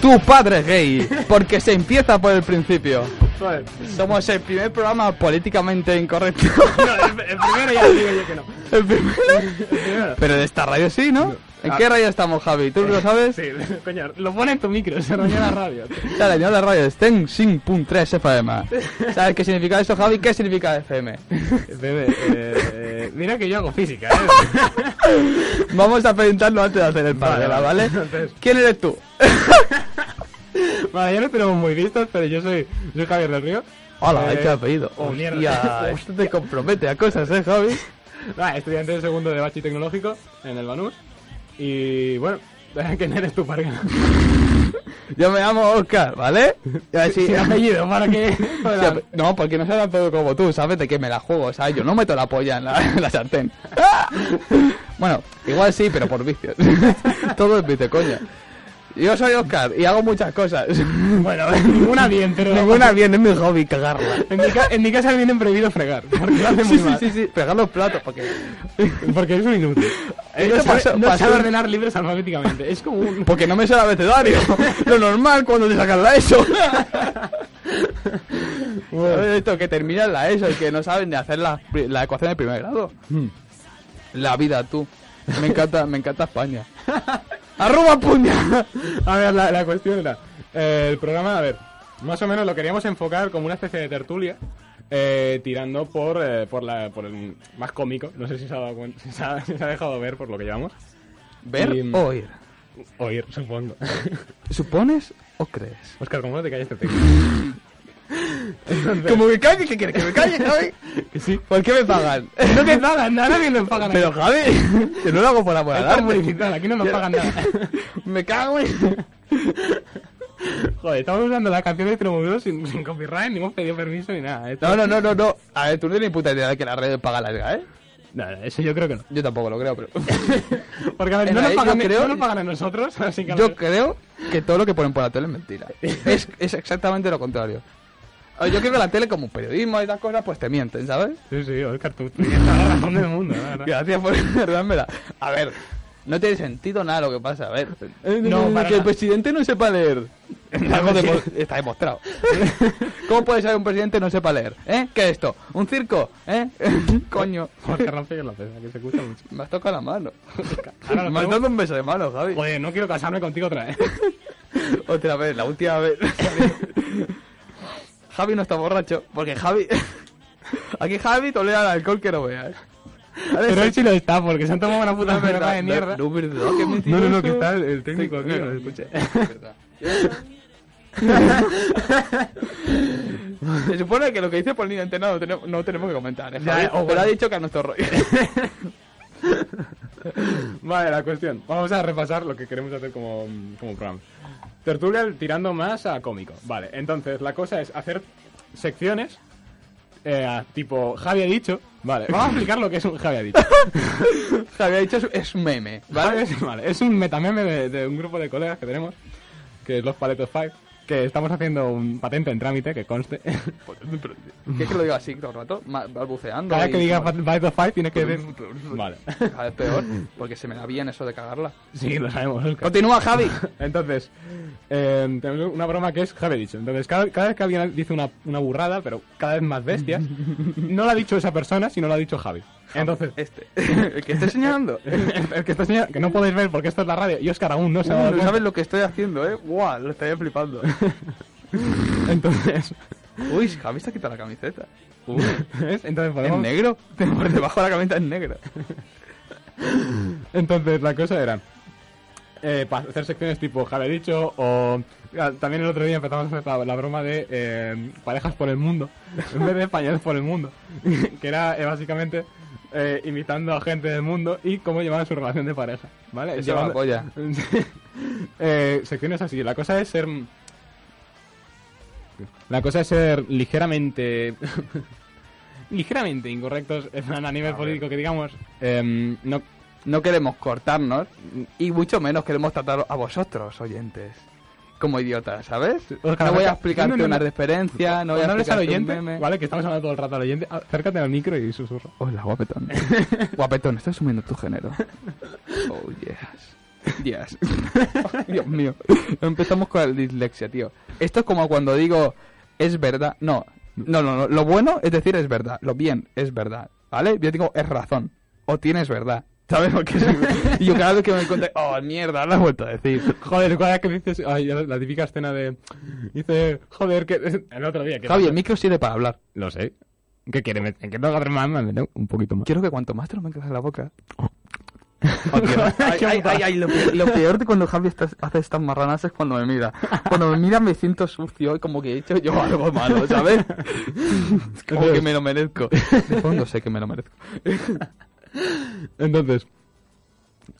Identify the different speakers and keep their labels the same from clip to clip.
Speaker 1: Tu padre es gay, porque se empieza por el principio.
Speaker 2: Joder.
Speaker 1: Somos el primer programa políticamente incorrecto.
Speaker 2: No, el, el primero ya digo yo que no.
Speaker 1: El primero.
Speaker 2: El primero.
Speaker 1: Pero de esta radio sí, ¿no? ¿En
Speaker 2: Ah.
Speaker 1: qué radio estamos, Javi? ¿Tú lo sabes?
Speaker 2: Sí, coño, lo pone en tu micro, se raya la radio.
Speaker 1: La señal de radio es 105.3 FM. ¿Sabes qué significa eso, Javi? ¿Qué significa FM?
Speaker 2: Bebé, eh, eh, mira que yo hago física, ¿eh?
Speaker 1: Vamos a presentarlo antes de hacer el programa,
Speaker 2: vale.
Speaker 1: ¿vale?
Speaker 2: Entonces-
Speaker 1: ¿Quién eres tú?
Speaker 2: Vale, ya no tenemos muy vistos, pero yo soy, soy Javier del Río.
Speaker 1: Hola,
Speaker 2: Eh,
Speaker 1: hay qué apellido.
Speaker 2: oh,
Speaker 1: Hostia,
Speaker 2: mierda.
Speaker 1: esto te compromete a cosas, ¿eh, Javi?
Speaker 2: Nada, estudiante de segundo de Bachi Tecnológico en el Banús. Y bueno, ¿quién eres tú, Parga?
Speaker 1: Yo me llamo Oscar, ¿vale? Y a ver si-
Speaker 2: Sin apellido, para que.
Speaker 1: Sí,
Speaker 2: para-
Speaker 1: ape- no, porque no soy tan pedo como tú, ¿sabes? De que me la juego, o sea, yo no meto la polla en la, en la sartén. bueno, igual sí, pero por vicios. Todo es vicio, coño. Yo soy Oscar y hago muchas cosas.
Speaker 2: Bueno, ninguna bien, pero.
Speaker 1: Ninguna bien, es mi hobby cagarla.
Speaker 2: En mi, ca- en mi casa vienen prohibido fregar, porque lo hacen
Speaker 1: Sí,
Speaker 2: muy
Speaker 1: sí,
Speaker 2: mal.
Speaker 1: sí, sí, pegar los platos, porque...
Speaker 2: Porque es un inútil.
Speaker 1: Esto
Speaker 2: no
Speaker 1: pasó-
Speaker 2: sabe, no
Speaker 1: pasó
Speaker 2: sabe
Speaker 1: en-
Speaker 2: ordenar libros alfabéticamente. Es como un.
Speaker 1: Porque no me sé el abecedario. Lo normal cuando te sacan la ESO. ¿Sabes Esto que termina en la ESO y que no saben ni hacer la, pri- la ecuación de primer grado.
Speaker 2: Hmm.
Speaker 1: La vida, tú. Me encanta, me encanta España. ¡Arroba puña!
Speaker 2: A ver, la, la cuestión era. eh, el programa, a ver, más o menos lo queríamos enfocar como una especie de tertulia. eh, tirando por, eh, por, la, por el más cómico, no sé si se ha, dado cuen- si se ha- si se ha dejado ver por lo que llevamos.
Speaker 1: ¿Ver
Speaker 2: Y-
Speaker 1: o oír?
Speaker 2: Oír, supongo.
Speaker 1: ¿Supones o crees?
Speaker 2: Oscar, ¿cómo no te calles este texto?
Speaker 1: Como que calle, ¿qué quieres? ¿Que me calle, Javi?
Speaker 2: Que sí.
Speaker 1: ¿Por qué me pagan?
Speaker 2: No te pagan nada, nadie nos pagan
Speaker 1: Pero
Speaker 2: aquí.
Speaker 1: Javi, que no lo hago por amor al
Speaker 2: Esto es
Speaker 1: arte.
Speaker 2: municipal, aquí no nos pagan nada.
Speaker 1: Me cago en...
Speaker 2: Joder, estamos usando la canción de Tremovido sin, sin copyright, ni hemos pedido permiso ni nada. Esto-
Speaker 1: No, no, no, no, no. A ver, tú no tienes ni puta idea de que la red paga larga, ¿eh?
Speaker 2: No, no, eso yo creo que no.
Speaker 1: Yo tampoco lo creo, pero...
Speaker 2: Porque a ver,
Speaker 1: En
Speaker 2: no nos,
Speaker 1: ahí yo
Speaker 2: pagan, ni-
Speaker 1: creo-
Speaker 2: no nos pagan a nosotros, así que... a
Speaker 1: Yo
Speaker 2: ver-
Speaker 1: creo que todo lo que ponen por la tele es mentira. Es, es exactamente lo contrario. A ver, Yo creo que la tele, como periodismo y esas cosas, pues te mienten, ¿sabes?
Speaker 2: Sí, sí, Oscar, tú tú tienes toda la razón del mundo, la verdad.
Speaker 1: Gracias por dármela. A ver, no tiene sentido nada lo que pasa, a ver.
Speaker 2: Eh, No, para
Speaker 1: que el
Speaker 2: nada.
Speaker 1: presidente no sepa leer. Algo demo- está demostrado. ¿Cómo puede ser un presidente no sepa leer? ¿Eh? ¿Qué es esto? ¿Un circo? ¿Eh? Coño.
Speaker 2: Jorge Rafael López, que se gusta mucho.
Speaker 1: Me has tocado la mano.
Speaker 2: Ahora lo
Speaker 1: Me has
Speaker 2: tengo-
Speaker 1: dado un beso de mano, Javi.
Speaker 2: Joder, no quiero casarme contigo otra vez.
Speaker 1: Otra vez, la última vez. Javi no está borracho, porque Javi. Aquí Javi tolera el alcohol que no ¿eh? veas.
Speaker 2: Pero él sí lo está, porque se han tomado una puta mierda de mierda.
Speaker 1: No, verdad, qué
Speaker 2: No, no,
Speaker 1: mentiroso.
Speaker 2: no, que está el- el técnico aquí,
Speaker 1: Claro,
Speaker 2: lo escuché.
Speaker 1: es verdad. Se supone que lo que dice por línea entera no tenemos, no tenemos que comentar, ¿eh,
Speaker 2: Ya,
Speaker 1: Javi?
Speaker 2: o
Speaker 1: Pero
Speaker 2: bueno.
Speaker 1: ha dicho que a nuestro rollo.
Speaker 2: Vale, la cuestión. Vamos a repasar lo que queremos hacer como, como programa. Tertulia tirando más a cómico. Vale, entonces la cosa es hacer secciones eh, a tipo Javi ha dicho. Vale, vamos a explicar lo que es un Javi ha dicho.
Speaker 1: Javi ha dicho es- es un meme,
Speaker 2: Vale,
Speaker 1: ¿vale?
Speaker 2: es, vale, es un metameme de, de un grupo de colegas que tenemos, que es los Paletos Five, que estamos haciendo un patente en trámite, que conste.
Speaker 1: ¿Quieres que lo diga así todo el rato? Ma- Balbuceando.
Speaker 2: Cada
Speaker 1: y-
Speaker 2: que diga Pat- Paletos Five tiene que decir... Vale.
Speaker 1: Cada vez peor, porque se me da bien eso de cagarla.
Speaker 2: Sí, lo sabemos. Óscar.
Speaker 1: Continúa, Javi.
Speaker 2: Entonces, eh, tenemos una broma que es Javi dicho. Entonces, cada, cada vez que alguien dice una, una burrada, pero cada vez más bestias, no la ha dicho esa persona, sino la ha dicho Javi. Entonces,
Speaker 1: Este. El que esté señalando.
Speaker 2: el que, está señal- que no podéis ver porque esto es la radio y Oscar aún no se ha
Speaker 1: Uh,
Speaker 2: dado
Speaker 1: no
Speaker 2: cuenta.
Speaker 1: sabes lo que estoy haciendo, ¿eh? Guau, lo estaría flipando.
Speaker 2: Entonces,
Speaker 1: Uy, Javi se ha quitado la camiseta.
Speaker 2: ¿ves? Entonces
Speaker 1: ¿Es
Speaker 2: podemos...
Speaker 1: negro? Uh. Por debajo de la camiseta es negra.
Speaker 2: Entonces, la cosa era... eh, pa- hacer secciones tipo Javier Dicho o ah, también el otro día empezamos a hacer la, la broma de eh, parejas por el mundo en vez de españoles por el mundo, que era eh, básicamente eh, invitando a gente del mundo y cómo llevaban su relación de pareja, ¿vale?
Speaker 1: Eso va, polla.
Speaker 2: Eh, secciones así, la cosa es ser... La cosa es ser ligeramente ligeramente incorrectos en plan, a nivel político que digamos em, no
Speaker 1: No queremos cortarnos y mucho menos queremos tratar a vosotros, oyentes. Como idiotas, ¿sabes?
Speaker 2: Oscar,
Speaker 1: no voy a
Speaker 2: acerca-
Speaker 1: explicarte
Speaker 2: no, no, no.
Speaker 1: una referencia, no voy a
Speaker 2: Cuando hables Pues al
Speaker 1: explicarte un
Speaker 2: oyente,
Speaker 1: meme.
Speaker 2: vale, que estamos hablando todo el rato al oyente, acércate al micro y susurra.
Speaker 1: Hola, guapetón. guapetón, estás sumiendo tu género. Oh, yes. Yes. Dios mío. Empezamos con la dislexia, tío. Esto es como cuando digo, es verdad. No, no, no, no. Lo bueno es decir es verdad. Lo bien es verdad. ¿Vale? Yo digo, es razón. O tienes verdad. ¿Sabes lo que es? Y yo cada vez que me encuentro, oh, mierda, lo he vuelto a decir.
Speaker 2: Joder, ¿cuál es que dices? Ay, la, la típica escena de. Dice, joder, que. El otro día, que.
Speaker 1: Javi, el micro sirve para hablar.
Speaker 2: Lo sé. ¿Qué quiere? ¿Me- ¿Que tengo que hacer más? más, ¿no? Un poquito más.
Speaker 1: Quiero que cuanto más te lo metas en la boca. Oh,
Speaker 2: Ay,
Speaker 1: Ay, ay, ay, ay, lo, pe- lo peor de cuando Javi estas- hace estas marranas es cuando me mira. Cuando me mira me siento sucio y como que he hecho yo algo malo, ¿sabes? Como que me lo merezco. De fondo sé que me lo merezco.
Speaker 2: Entonces.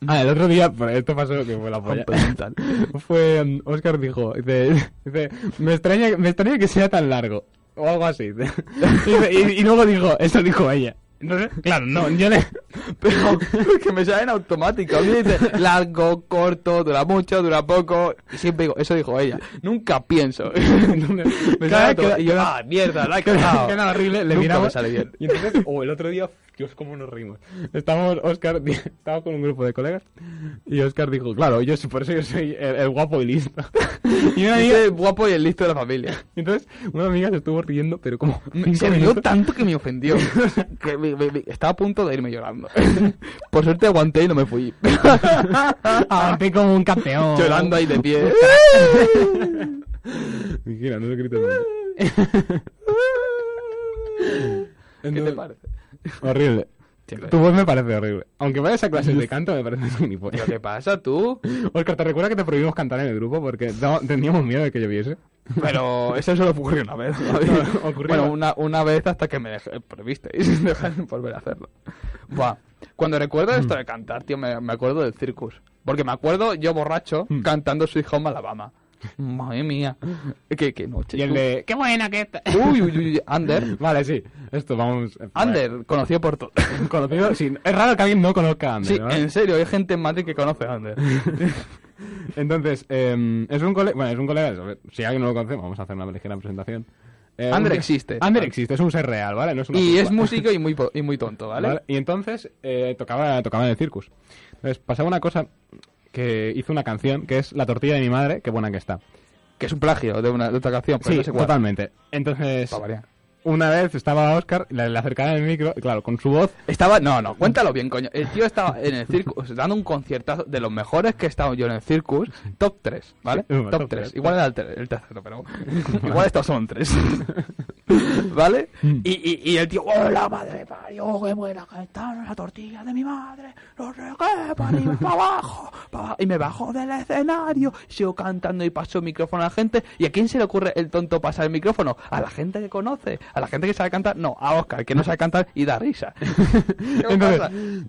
Speaker 2: Ah, el otro día, pero esto pasó que fue la polla.
Speaker 1: Complemental.
Speaker 2: Fue. Oscar dijo, dice, dice, me extraña, me extraña que sea tan largo. O algo así. Dice, y, y luego dijo, eso dijo ella. Entonces, claro, no, yo le.
Speaker 1: Pero es que me sale en automático. A mí me dice largo, corto, dura mucho, dura poco. Y siempre digo, eso dijo ella. Nunca pienso.
Speaker 2: Entonces,
Speaker 1: Me
Speaker 2: cada
Speaker 1: sale
Speaker 2: vez que-
Speaker 1: automático. Y yo, ah, mierda, la he
Speaker 2: Queda,
Speaker 1: cagado.
Speaker 2: queda horrible, le
Speaker 1: Nunca
Speaker 2: miraba.
Speaker 1: me sale bien.
Speaker 2: Y entonces, o el otro día, Dios, cómo nos rimos. Estábamos, Oscar, estaba con un grupo de colegas y Oscar dijo, claro, yo sí, por eso yo soy el, el guapo y listo. Y una amiga,
Speaker 1: Dice el guapo y el listo de la familia.
Speaker 2: entonces, una amiga se estuvo riendo, pero como
Speaker 1: Se
Speaker 2: cinco
Speaker 1: rió
Speaker 2: minutos.
Speaker 1: tanto que me ofendió. Que me- me- me- estaba a punto de irme llorando. Por suerte aguanté y no me fui.
Speaker 2: Avanté como un campeón.
Speaker 1: Llorando ahí de pie.
Speaker 2: Vigila, no lo grites mucho.
Speaker 1: ¿Qué te
Speaker 2: Entonces,
Speaker 1: parece?
Speaker 2: Horrible.
Speaker 1: Siempre.
Speaker 2: Tu voz me parece horrible. Aunque vayas a clases de canto, me parece un
Speaker 1: Tío, ¿Qué pasa tú?
Speaker 2: Oscar, te recuerda que te prohibimos cantar en el grupo porque no- teníamos miedo de que lloviese.
Speaker 1: Pero eso solo ocurrió una vez. ¿no?
Speaker 2: No, ocurrió
Speaker 1: bueno, una,
Speaker 2: una-
Speaker 1: una vez hasta que me dejé, prohibisteis dejar de volver a hacerlo. Buah. Cuando
Speaker 2: Mm.
Speaker 1: recuerdo esto de cantar, tío, me, me acuerdo del circus. Porque me acuerdo yo borracho
Speaker 2: Mm.
Speaker 1: cantando Sweet Home Alabama. Madre mía. Qué, qué noche.
Speaker 2: Y el
Speaker 1: tú.
Speaker 2: de. ¡Qué buena que está!
Speaker 1: Uy, uy, uy, Ander.
Speaker 2: Vale, sí. Esto, vamos. eh,
Speaker 1: Ander, conocido por todo.
Speaker 2: vale. Conocido. sí, es raro que alguien no conozca a Ander.
Speaker 1: Sí,
Speaker 2: ¿vale?
Speaker 1: en serio, hay gente en Madrid que conoce a Ander.
Speaker 2: Entonces, eh, es un colega. Bueno, es un colega. a ver, Si alguien no lo conoce, vamos a hacer una ligera presentación. Eh,
Speaker 1: Ander
Speaker 2: un-
Speaker 1: existe.
Speaker 2: Ander existe, es un ser real, ¿vale? No es una
Speaker 1: Y
Speaker 2: película.
Speaker 1: es músico y muy, po- y muy tonto, ¿vale?
Speaker 2: pues ¿Vale? Y entonces eh, tocaba, tocaba en el circus. Entonces pasaba una cosa que hizo una canción que es La tortilla de mi madre, qué buena que está.
Speaker 1: Que es un plagio de, una, de otra canción, pero
Speaker 2: sí,
Speaker 1: no sé cuál.
Speaker 2: totalmente. Entonces,
Speaker 1: Pa' variar.
Speaker 2: una vez estaba Oscar, le, le acercaba el micro, y claro, con su voz.
Speaker 1: Estaba, no, no, cuéntalo bien, coño. El tío estaba en el circus dando un conciertazo de los mejores que he estado yo en el circus, top 3, ¿vale?
Speaker 2: Sí,
Speaker 1: top 3.
Speaker 2: top tres.
Speaker 1: Igual era el, ter- el tercero, pero igual estos son 3. ¿Vale?
Speaker 2: Mm.
Speaker 1: Y, y, y el tío, ¡oh, la madre que parió! ¡Qué buena que está la tortilla de mi madre! ¡No sé qué! ¡Para arriba, para abajo! pa' abajo". y me bajo del escenario, sigo cantando y paso el micrófono a la gente. ¿Y a quién se le ocurre el tonto pasar el micrófono? A la gente que conoce, a la gente que sabe cantar. No, a Oscar, que no sabe cantar y da risa.
Speaker 2: Entonces,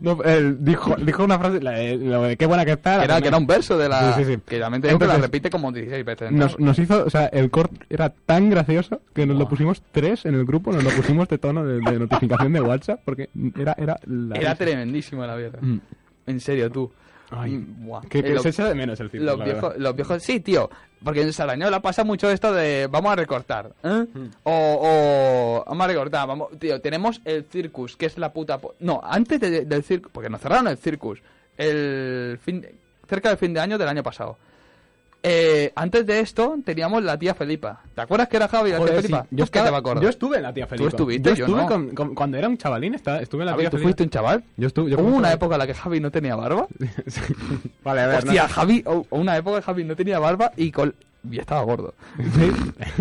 Speaker 2: no, él dijo, dijo una frase, la, de- lo de qué buena que está.
Speaker 1: Que
Speaker 2: la
Speaker 1: era, que era un verso de la.
Speaker 2: Sí, sí, sí.
Speaker 1: Que realmente siempre la
Speaker 2: Entonces,
Speaker 1: repite como 16 veces. ¿no?
Speaker 2: Nos, nos hizo, o sea, el corte era tan gracioso que nos lo pusimos tres en el grupo, nos lo pusimos de tono de, de notificación de WhatsApp porque era, era la
Speaker 1: Era
Speaker 2: risa.
Speaker 1: tremendísimo la mierda.
Speaker 2: Mm.
Speaker 1: En serio, tú.
Speaker 2: Ay.
Speaker 1: Mm, buah.
Speaker 2: Que,
Speaker 1: Eh,
Speaker 2: que
Speaker 1: lo-
Speaker 2: se echa de menos el circo.
Speaker 1: los, viejos, los viejos. Sí, tío. Porque en Sarañola pasa mucho esto de vamos a recortar. ¿eh?
Speaker 2: Hmm.
Speaker 1: O, o vamos a recortar. Vamos, tío, tenemos el circus, que es la puta. po- no, antes de- del circus. Porque nos cerraron el circus. El fin de- cerca del fin de año del año pasado. Eh, antes de esto teníamos la tía Felipa. ¿Te acuerdas que era Javi la tía Felipa?
Speaker 2: yo,
Speaker 1: ¿Tú qué te va a
Speaker 2: estaba,
Speaker 1: acordar?
Speaker 2: yo estuve en la tía Felipa.
Speaker 1: estuviste,
Speaker 2: yo
Speaker 1: yo
Speaker 2: estuve
Speaker 1: no.
Speaker 2: con- con- cuando era un chavalín, estaba, estuve en la
Speaker 1: Javi,
Speaker 2: tía
Speaker 1: ¿tú
Speaker 2: Felipa.
Speaker 1: fuiste un chaval?
Speaker 2: Yo estuve. Yo
Speaker 1: Hubo
Speaker 2: como
Speaker 1: una
Speaker 2: chaval.
Speaker 1: época en la que Javi no tenía barba.
Speaker 2: vale, a ver.
Speaker 1: Hostia,
Speaker 2: no-
Speaker 1: Javi, o- o una época que Javi no tenía barba y con y estaba gordo.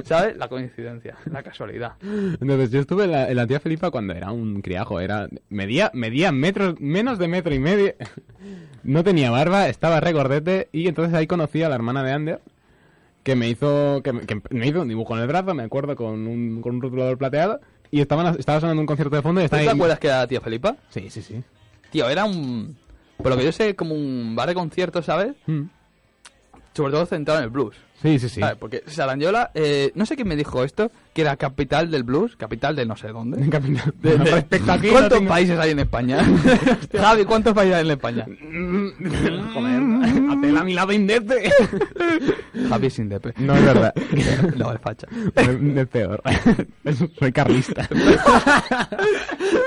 Speaker 1: ¿Sabes? La coincidencia, la casualidad.
Speaker 2: Entonces, yo estuve en la, en la tía Felipa cuando era un criajo, era medía, medía metros, menos de metro y medio, no tenía barba, estaba regordete y entonces ahí conocí a la hermana de Ander, que me hizo, que, me- que me hizo un dibujo en el brazo, me acuerdo, con un, con un rotulador plateado y estaban, estaba sonando un concierto de fondo y
Speaker 1: ¿Tú
Speaker 2: estaba
Speaker 1: te
Speaker 2: ahí-
Speaker 1: acuerdas que era tía Felipa?
Speaker 2: Sí, sí, sí.
Speaker 1: Tío, era un... Por lo que yo sé, como un bar de conciertos, ¿sabes?
Speaker 2: Mm.
Speaker 1: Sobre todo centrado en el blues.
Speaker 2: Sí, sí, sí.
Speaker 1: ¿Sabes? Porque Sarañola, eh, no sé quién me dijo esto, que era capital del blues, capital de no sé dónde.
Speaker 2: Capitán,
Speaker 1: De- de-
Speaker 2: respecto a aquí no
Speaker 1: ¿Cuántos
Speaker 2: tengo-
Speaker 1: países hay en España? Javi, ¿cuántos países hay en España?
Speaker 2: Joder, hazte la milada indecente.
Speaker 1: Javi sin DP.
Speaker 2: No es verdad.
Speaker 1: no, es facha.
Speaker 2: No es peor. Soy carlista.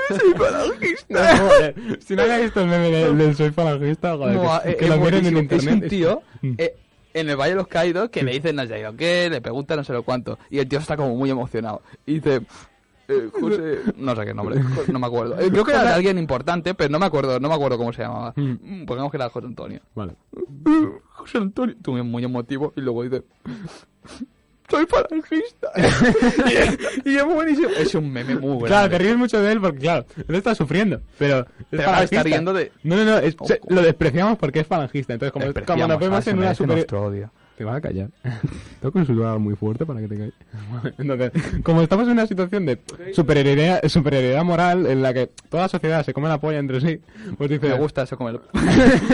Speaker 1: Soy falangista.
Speaker 2: Joder, si no habéis visto el meme del, del soy falangista, joder,
Speaker 1: Mua,
Speaker 2: que,
Speaker 1: eh,
Speaker 2: que
Speaker 1: es
Speaker 2: lo miren en
Speaker 1: buenísimo.
Speaker 2: internet. mm.
Speaker 1: Es un tío eh, en el Valle de los Caídos que le dicen no sé lo qué, le pregunta no sé lo cuánto. Y el tío está como muy emocionado. Y dice, eh, José, no sé qué nombre, jo- no me acuerdo. Eh, creo que era de alguien importante, pero no me acuerdo, no me acuerdo cómo se llamaba. Mm, Pongamos que era José Antonio.
Speaker 2: Vale.
Speaker 1: José Antonio, tú muy emotivo, y luego dice... Soy falangista. y, es, y es buenísimo. Es un meme muy grande.
Speaker 2: Claro, te ríes mucho de él porque, claro, él está sufriendo, pero es
Speaker 1: Pero ahora
Speaker 2: falangista.
Speaker 1: está riendo de-
Speaker 2: No, no, no, es-
Speaker 1: Oh,
Speaker 2: se-
Speaker 1: co-
Speaker 2: lo despreciamos porque es falangista, entonces como, como nos
Speaker 1: Despreciamos, ah,
Speaker 2: vemos
Speaker 1: se
Speaker 2: en una
Speaker 1: merece
Speaker 2: super...
Speaker 1: nuestro odio.
Speaker 2: Te vas a callar. Tengo que susurrar muy fuerte para que te calles. Entonces, como estamos en una situación de superioridad, superioridad moral en la que toda la sociedad se come la polla entre sí, pues dice...
Speaker 1: Me gusta eso comerlo.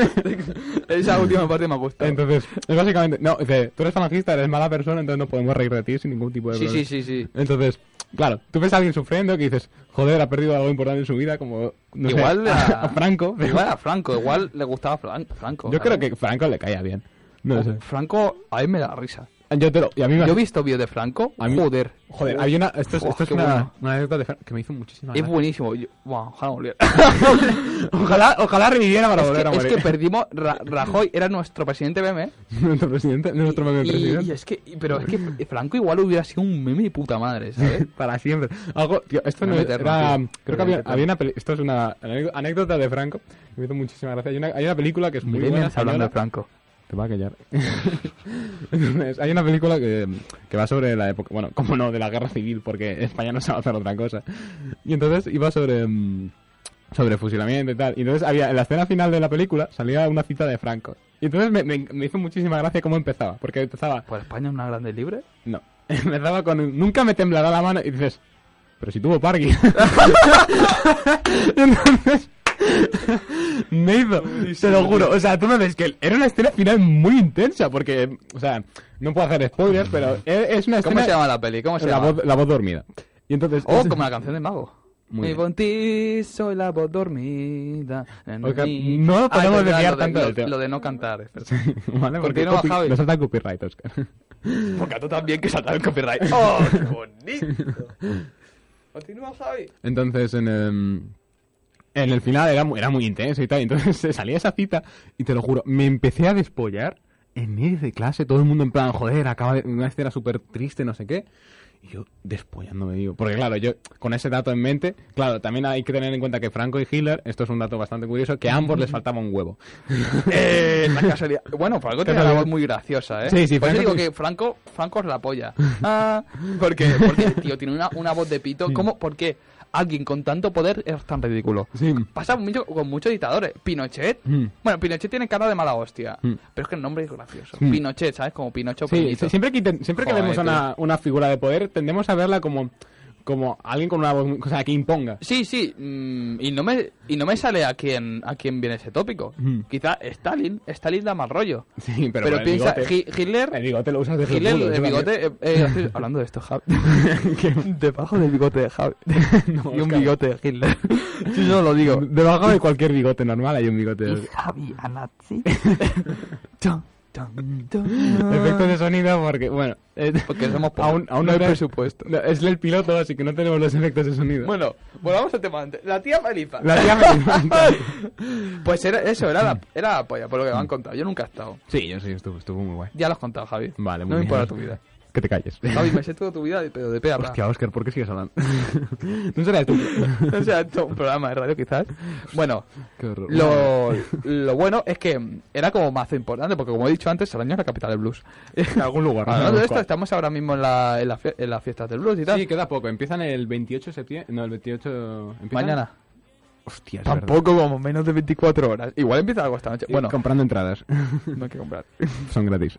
Speaker 1: Esa última parte me gusta.
Speaker 2: Entonces, es básicamente... No, dice, tú eres falangista, eres mala persona, entonces no podemos reír de ti sin ningún tipo de
Speaker 1: sí,
Speaker 2: problema.
Speaker 1: sí, sí, sí.
Speaker 2: Entonces, claro, tú ves a alguien sufriendo que dices, joder, ha perdido algo importante en su vida, como... no sé,
Speaker 1: igual
Speaker 2: a,
Speaker 1: a,
Speaker 2: a Franco.
Speaker 1: Igual a Franco, igual le gustaba Fran- Franco.
Speaker 2: Yo creo
Speaker 1: ¿sabes?
Speaker 2: que Franco le caía bien. No
Speaker 1: Oh,
Speaker 2: sé.
Speaker 1: Franco, a mí me da risa.
Speaker 2: Yo te lo... y a mí me-
Speaker 1: Yo he visto vídeos de Franco.
Speaker 2: A mí-
Speaker 1: Joder.
Speaker 2: Joder, había una... Esto es,
Speaker 1: Oh,
Speaker 2: esto es
Speaker 1: qué
Speaker 2: una,
Speaker 1: bueno.
Speaker 2: una anécdota de Franco que me hizo muchísima
Speaker 1: Es
Speaker 2: gracia.
Speaker 1: buenísimo. Yo- Buah, ojalá me olvidara.
Speaker 2: Ojalá, ojalá reviviera para
Speaker 1: es,
Speaker 2: volver a
Speaker 1: que, es
Speaker 2: morir.
Speaker 1: que perdimos. Ra- Rajoy era nuestro presidente meme.
Speaker 2: nuestro presidente, nuestro meme
Speaker 1: y,
Speaker 2: presidente.
Speaker 1: y es que, y- pero es que Franco igual hubiera sido un meme de puta madre, ¿sabes?
Speaker 2: Para siempre. Algo, tío, esto no
Speaker 1: Meme
Speaker 2: es-
Speaker 1: eterno,
Speaker 2: era,
Speaker 1: tío.
Speaker 2: creo que había,
Speaker 1: Meme
Speaker 2: había una peli- esto es una anécdo- anécdota de Franco, que me hizo muchísima gracia. Hay una, hay una película que es muy buena,
Speaker 1: Millennials hablando de
Speaker 2: española.
Speaker 1: Franco.
Speaker 2: Te va a callar. Entonces, hay una película que, que va sobre la época, bueno, como no, de la guerra civil, porque España no sabe hacer otra cosa. Y entonces iba sobre mm, sobre fusilamiento y tal. Y entonces había, en la escena final de la película salía una cita de Franco. Y entonces me, me- me hizo muchísima gracia cómo empezaba, porque empezaba,
Speaker 1: ¿Por España es una grande libre?
Speaker 2: no, empezaba con un, nunca me temblará la mano y dices, pero si tuvo parking. y entonces... Me hizo, te lo juro. O sea, tú me ves que era una escena final muy intensa porque, o sea, no puedo hacer spoilers, pero es es una escena.
Speaker 1: ¿Cómo se llama la peli? ¿Cómo se
Speaker 2: La
Speaker 1: llama?
Speaker 2: voz, la voz dormida. Y entonces.
Speaker 1: Oh,
Speaker 2: es-
Speaker 1: como la canción de Mago.
Speaker 2: Muy
Speaker 1: Mi
Speaker 2: bien.
Speaker 1: bonti, soy la voz dormida. na, na,
Speaker 2: Oiga,
Speaker 1: ni.
Speaker 2: no lo
Speaker 1: Ah,
Speaker 2: podemos
Speaker 1: es verdad,
Speaker 2: desviar
Speaker 1: lo
Speaker 2: tanto
Speaker 1: de,
Speaker 2: del
Speaker 1: lo,
Speaker 2: tema.
Speaker 1: lo de no cantar. es verdad.
Speaker 2: vale, porque
Speaker 1: Continúa,
Speaker 2: copy-
Speaker 1: Javi.
Speaker 2: nos salta el copyright, Oscar.
Speaker 1: Porque a tú también que saltar el copyright. ¡Oh, qué bonito! Continúa, Javi.
Speaker 2: Entonces, en el, en el final era muy, era muy intenso y tal. y Entonces se salía esa cita y te lo juro, me empecé a despollar en medio de clase. Todo el mundo en plan, joder, acaba de una escena súper triste, no sé qué. Y yo despollándome, digo. Porque claro, yo con ese dato en mente, claro, también hay que tener en cuenta que Franco y Hitler, esto es un dato bastante curioso, que a ambos les faltaba un huevo.
Speaker 1: Eh, la casualidad. Bueno, Franco tiene una
Speaker 2: Casualidad.
Speaker 1: voz muy graciosa, ¿eh?
Speaker 2: Sí, sí,
Speaker 1: Por eso
Speaker 2: Franco
Speaker 1: digo
Speaker 2: tiene-
Speaker 1: que Franco, Franco es la polla. Ah, porque, porque, tío, tiene una, una voz de pito. ¿Cómo? ¿Por qué alguien con tanto poder es tan ridículo?
Speaker 2: Sí.
Speaker 1: Pasa mucho, con muchos dictadores. Pinochet.
Speaker 2: Mm.
Speaker 1: Bueno, Pinochet tiene cara de mala hostia.
Speaker 2: Mm.
Speaker 1: Pero es que el nombre es gracioso.
Speaker 2: Mm.
Speaker 1: Pinochet, ¿sabes? Como Pinocho.
Speaker 2: Sí,
Speaker 1: Pinito.
Speaker 2: sí, siempre que, inten- siempre que
Speaker 1: Joder,
Speaker 2: vemos a
Speaker 1: tío.
Speaker 2: una, una figura de poder, tendemos a verla como, como alguien con una voz, muy- o sea, que imponga.
Speaker 1: Sí, sí, mm, y no me y no me sale a quién a quién viene ese tópico.
Speaker 2: Mm.
Speaker 1: Quizá Stalin, Stalin da mal rollo.
Speaker 2: Sí, pero,
Speaker 1: Pero,
Speaker 2: el
Speaker 1: piensa
Speaker 2: bigote-
Speaker 1: Hi-
Speaker 2: El
Speaker 1: Hitler,
Speaker 2: bigote lo usas de
Speaker 1: Hitler
Speaker 2: felpudo,
Speaker 1: el
Speaker 2: yo también.
Speaker 1: bigote eh, eh, estoy hablando de esto, Javi. Debajo del bigote de Javi.
Speaker 2: No,
Speaker 1: y un
Speaker 2: Oscar.
Speaker 1: bigote de Hitler. Si yo lo digo.
Speaker 2: Debajo de cualquier bigote normal hay un bigote.
Speaker 1: Y
Speaker 2: de-
Speaker 1: Javi a Nazi. Dun, dun, dun.
Speaker 2: Efectos de sonido porque, bueno, eh,
Speaker 1: Porque somos pobres.
Speaker 2: aún, aún
Speaker 1: no hay
Speaker 2: era-
Speaker 1: presupuesto.
Speaker 2: no, es el piloto, así que no tenemos los efectos de sonido.
Speaker 1: Bueno, volvamos al tema antes. La tía Felipa.
Speaker 2: La tía me encanta.
Speaker 1: Pues era, eso, era la, era Mm. la polla, por lo que me han contado. Yo nunca he estado.
Speaker 2: Sí, yo sí, estuvo, estuvo muy guay.
Speaker 1: Ya lo has contado, Javi.
Speaker 2: Vale,
Speaker 1: no
Speaker 2: muy
Speaker 1: me
Speaker 2: bien.
Speaker 1: importa tu vida.
Speaker 2: que te calles.
Speaker 1: Javi, me sé toda tu vida, pero de pe a pa.
Speaker 2: Hostia, Oscar, ¿por qué sigues hablando? no será tú.
Speaker 1: O sea, esto es un programa de radio quizás. Bueno,
Speaker 2: Qué horror.
Speaker 1: lo, lo bueno es que era como mazo importante, porque como he dicho antes, Salaña es la capital del blues.
Speaker 2: En algún lugar. no
Speaker 1: Hablando de
Speaker 2: sabemos
Speaker 1: esto,
Speaker 2: cuál.
Speaker 1: estamos ahora mismo en, la, en, la fie- en las fiestas del blues y tal.
Speaker 2: Sí, queda poco. Empiezan el 28 de septiembre. No, el 28. ¿empiezan?
Speaker 1: Mañana.
Speaker 2: Hostia, es verdad.
Speaker 1: Tampoco como menos de 24 horas. Igual empieza algo esta noche.
Speaker 2: Y
Speaker 1: Bueno,
Speaker 2: comprando entradas.
Speaker 1: no hay que comprar.
Speaker 2: Son gratis.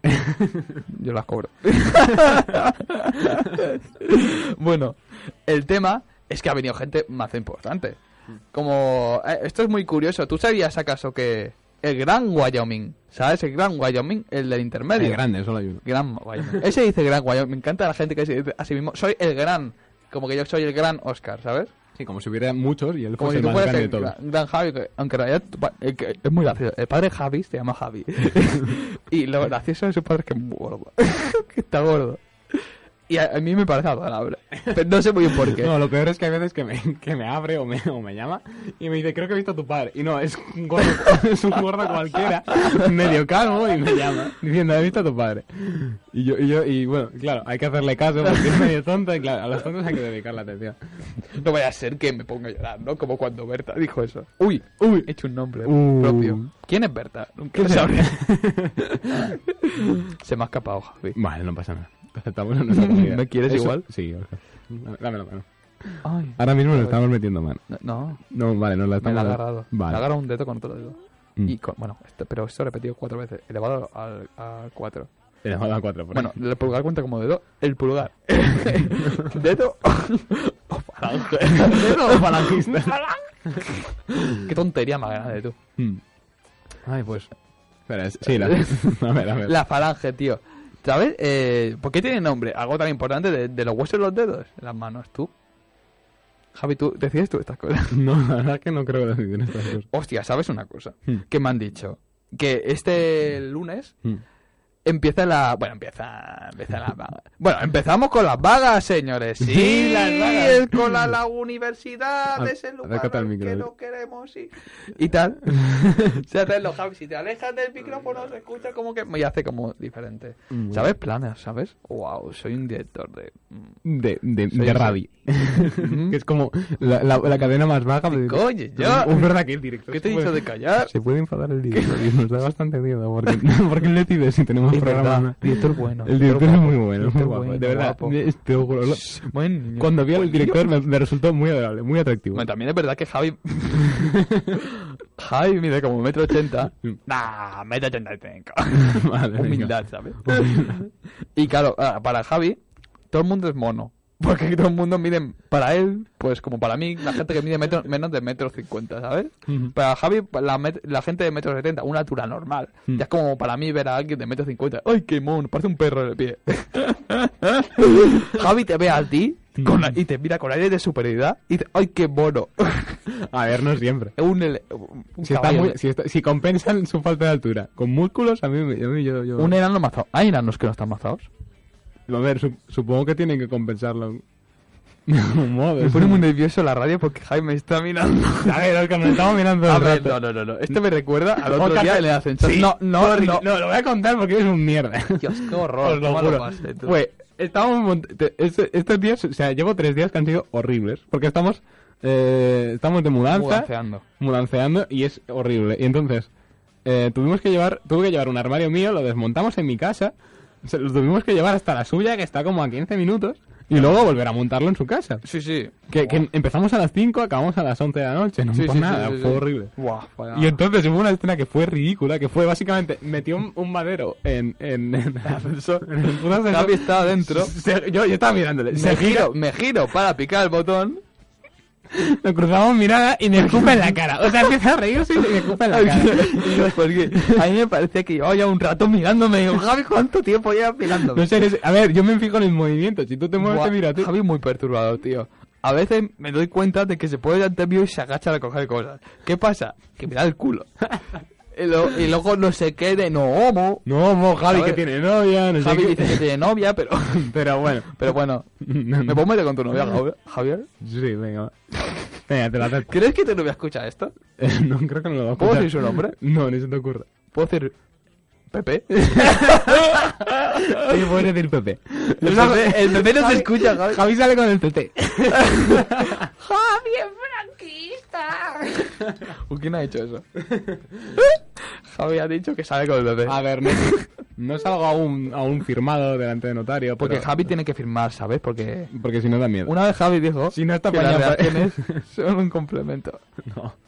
Speaker 1: Yo las cobro. bueno, el tema es que ha venido gente más importante. Como, eh, esto es muy curioso. ¿Tú sabías acaso que el Gran Wyoming, ¿sabes? El Gran Wyoming, el del intermedio.
Speaker 2: Es grande, solo hay uno.
Speaker 1: Gran Wyoming. Ese dice Gran Wyoming. Me encanta la gente que se dice a sí mismo. Soy el Gran. Como que yo soy el Gran Oscar, ¿sabes?
Speaker 2: Sí, como si hubiera muchos y él
Speaker 1: Como si
Speaker 2: fuese el
Speaker 1: tú
Speaker 2: más
Speaker 1: fueras
Speaker 2: grande de
Speaker 1: el
Speaker 2: todos.
Speaker 1: gran, gran Javi, que- aunque en realidad tu pa- eh, que es muy gracioso. El padre Javi se llama Javi. y lo gracioso de su padre es que es muy gordo. que está gordo. Y a, a mí me parece adorable. Pero no sé muy bien por qué.
Speaker 2: No, lo peor es que hay veces que me, que me abre o me, o me llama y me dice, creo que he visto a tu padre. Y no, es un gordo, es un gordo cualquiera, medio calvo, y me llama diciendo, he visto a tu padre. Y yo, y yo, y bueno, claro, hay que hacerle caso porque es medio tonto y claro, a los tontos hay que dedicar la atención.
Speaker 1: No vaya a ser que me ponga a llorar, ¿no? Como cuando Berta dijo eso. Uy, uy, he hecho un nombre
Speaker 2: Uh.
Speaker 1: propio. ¿Quién es Berta? Nunca lo sabré. se me ha escapado, Javi.
Speaker 2: Vale, no pasa nada. Aceptamos nuestra comunidad.
Speaker 1: ¿Me quieres igual?
Speaker 2: Sí, ok. Dame- Dame la mano.
Speaker 1: Ay,
Speaker 2: Ahora mismo nos estamos metiendo mano.
Speaker 1: no.
Speaker 2: No, vale, no la
Speaker 1: Me
Speaker 2: estamos...
Speaker 1: la ha agarrado. Me
Speaker 2: Vale.
Speaker 1: ha agarrado un dedo con otro dedo.
Speaker 2: Mm.
Speaker 1: Y con- bueno, esto- pero esto repetido cuatro veces, elevado al, a cuatro.
Speaker 2: Elevado a cuatro, por
Speaker 1: Bueno,
Speaker 2: ahí.
Speaker 1: el pulgar cuenta como dedo. El pulgar. dedo. o falange.
Speaker 2: Dedo falangista.
Speaker 1: Qué tontería más grande, tú.
Speaker 2: Mm. Ay, pues... Espera, es- sí, la... a ver, a ver.
Speaker 1: La falange, tío. ¿Sabes? Eh, ¿Por qué tiene nombre? Algo tan importante de, de los huesos y los dedos. Las manos, tú. Javi, tú decides tú estas cosas.
Speaker 2: No, la verdad es que no creo decidir estas cosas.
Speaker 1: Hostia, ¿sabes una cosa?
Speaker 2: Hmm.
Speaker 1: Que me han dicho. Que este lunes Empieza la. Bueno, empieza. Empieza la vaga. Bueno, empezamos con las vagas, señores. Sí,
Speaker 2: Sí, las vagas.
Speaker 1: es con la, la universidad
Speaker 2: Ac-
Speaker 1: de ese lugar
Speaker 2: acércate al
Speaker 1: al
Speaker 2: micro,
Speaker 1: que
Speaker 2: eh.
Speaker 1: lo queremos y, y tal. se hacen los Javi. Si te alejas del micrófono, se escucha como que. Y hace como diferente.
Speaker 2: Mm,
Speaker 1: ¿Sabes? Planes, ¿sabes? ¡Wow! Soy un director de. mm,
Speaker 2: De, de,
Speaker 1: Sí,
Speaker 2: de
Speaker 1: sí. Mm.
Speaker 2: Rabi. que es como la, la, la cadena más vaga. de-
Speaker 1: Coño, yo.
Speaker 2: Es verdad que el director.
Speaker 1: ¿Qué
Speaker 2: se
Speaker 1: te he
Speaker 2: puede-
Speaker 1: dicho de callar?
Speaker 2: Se puede enfadar el director y nos da bastante miedo. Porque, porque le pides si tenemos
Speaker 1: Es
Speaker 2: programas.
Speaker 1: verdad, director bueno.
Speaker 2: El director es
Speaker 1: guapo,
Speaker 2: muy bueno, es muy
Speaker 1: director
Speaker 2: guapo.
Speaker 1: bueno,
Speaker 2: de verdad,
Speaker 1: guapo.
Speaker 2: eh, te lo juro. lo-
Speaker 1: Buen niño.
Speaker 2: cuando vi al director me, me resultó muy adorable, muy atractivo.
Speaker 1: Bueno, también es verdad que Javi. Javi mide como metro ochenta.
Speaker 2: Sí.
Speaker 1: Nah, metro ochenta y cinco.
Speaker 2: Vale, venga.
Speaker 1: Humildad, ¿sabes? y claro, ah, para Javi, todo el mundo es mono. Porque todo el mundo mide, para él, pues como para mí, la gente que mide metro- menos de metro cincuenta, ¿sabes?
Speaker 2: Ujú.
Speaker 1: Para Javi, la, met- la gente de metro setenta, una altura normal.
Speaker 2: Mm.
Speaker 1: Ya es como para mí ver a alguien de metro cincuenta. ¡Ay, qué mono! Parece un perro en el pie. Javi te ve a ti con la- y te mira con aire de superioridad y dice, ¡ay, qué mono!
Speaker 2: A ver, no siempre.
Speaker 1: un, ele- un
Speaker 2: Si, está
Speaker 1: caballo,
Speaker 2: muy- si, está- si compensan su falta de altura con músculos, a mí, me- a mí yo, yo...
Speaker 1: un enano mazado. ¿Hay enanos que no están mazados?
Speaker 2: A ver, sup- supongo que tienen que compensarlo. De algún modo.
Speaker 1: Me pone muy nervioso la radio porque Jaime me está mirando.
Speaker 2: A ver, Oscar, nos estamos mirando
Speaker 1: A
Speaker 2: el
Speaker 1: ver,
Speaker 2: rato.
Speaker 1: no, no, no, no. Esto este me recuerda al otro
Speaker 2: Otra
Speaker 1: día
Speaker 2: vez.
Speaker 1: en el ascensor.
Speaker 2: Sí.
Speaker 1: No, no,
Speaker 2: Sorry,
Speaker 1: no.
Speaker 2: lo voy a contar porque es un mierda.
Speaker 1: Dios, qué
Speaker 2: Os
Speaker 1: horror.
Speaker 2: lo
Speaker 1: ¿Cómo
Speaker 2: juro.
Speaker 1: lo pasaste tú?
Speaker 2: Fue, estábamos mont- te- este- estos días, o sea, llevo tres días que han sido horribles. Porque estamos, eh, estamos de mudanza,
Speaker 1: Mudanceando.
Speaker 2: mudanceando, y es horrible. Y entonces, eh, tuvimos que llevar, tuve que llevar un armario mío, lo desmontamos en mi casa, se lo tuvimos que llevar hasta la suya, que está como a 15 minutos, y luego volver a montarlo en su casa.
Speaker 1: Sí, sí.
Speaker 2: Que, que empezamos a las 5, acabamos a las 11 de la noche, no
Speaker 1: Sí,
Speaker 2: por
Speaker 1: sí,
Speaker 2: nada,
Speaker 1: sí, Ah. sí,
Speaker 2: fue
Speaker 1: sí.
Speaker 2: horrible.
Speaker 1: Buah, vaya.
Speaker 2: Y entonces hubo una escena que fue ridícula, que fue básicamente, metió un, un madero en, en, en el ascensor, en el puto ascensor.
Speaker 1: Javi está adentro.
Speaker 2: Se- yo, yo estaba mirándole,
Speaker 1: Me
Speaker 2: se gira,
Speaker 1: giro, me giro para picar el botón.
Speaker 2: nos cruzamos mirada y me escupe en la cara. O sea, empieza a reírse y me escupe en la cara.
Speaker 1: Y yo, porque a mí me parecía que llevaba ya un rato mirándome. Y digo, Javi, ¿cuánto tiempo llevas mirándome?
Speaker 2: No sé, eres- a ver, yo me fijo en el movimiento, si tú te mueves
Speaker 1: Buah,
Speaker 2: te miro a ti.
Speaker 1: Javi es muy perturbador, tío. A veces me doy cuenta de que se puede delante mío y se agacha a coger cosas. ¿Qué pasa? Que me da el culo. y, lo- y luego no sé qué de no homo.
Speaker 2: No, mo, Javi
Speaker 1: A
Speaker 2: que
Speaker 1: ver.
Speaker 2: tiene novia, no
Speaker 1: Javi
Speaker 2: sé qué.
Speaker 1: dice que tiene novia, pero
Speaker 2: Pero bueno.
Speaker 1: pero bueno. ¿Me puedo meter con tu novia, Javi- Javier?
Speaker 2: Sí, venga. va. Venga, te la acepto.
Speaker 1: ¿Crees que tu novia escucha esto?
Speaker 2: No, creo que no lo va a
Speaker 1: ¿Puedo
Speaker 2: escuchar.
Speaker 1: decir su nombre?
Speaker 2: No, ni se te ocurra.
Speaker 1: ¿Puedo decir Pepe.
Speaker 3: Sí, puedes decir Pepe.
Speaker 1: El PP, el PP no se escucha, Javi.
Speaker 3: Javi sale con el PP.
Speaker 1: Uy, ¿Quién ha dicho eso? Javi ha dicho que sale con el PP.
Speaker 2: A ver, no, no salgo aún, aún firmado delante de notario.
Speaker 1: Porque
Speaker 2: pero-
Speaker 1: Javi tiene que firmar, ¿sabes? Porque
Speaker 2: Porque si no da miedo.
Speaker 1: una vez Javi dijo
Speaker 2: Si no está
Speaker 1: que las
Speaker 2: apañado. pues.
Speaker 1: relaciones son un complemento.
Speaker 2: No.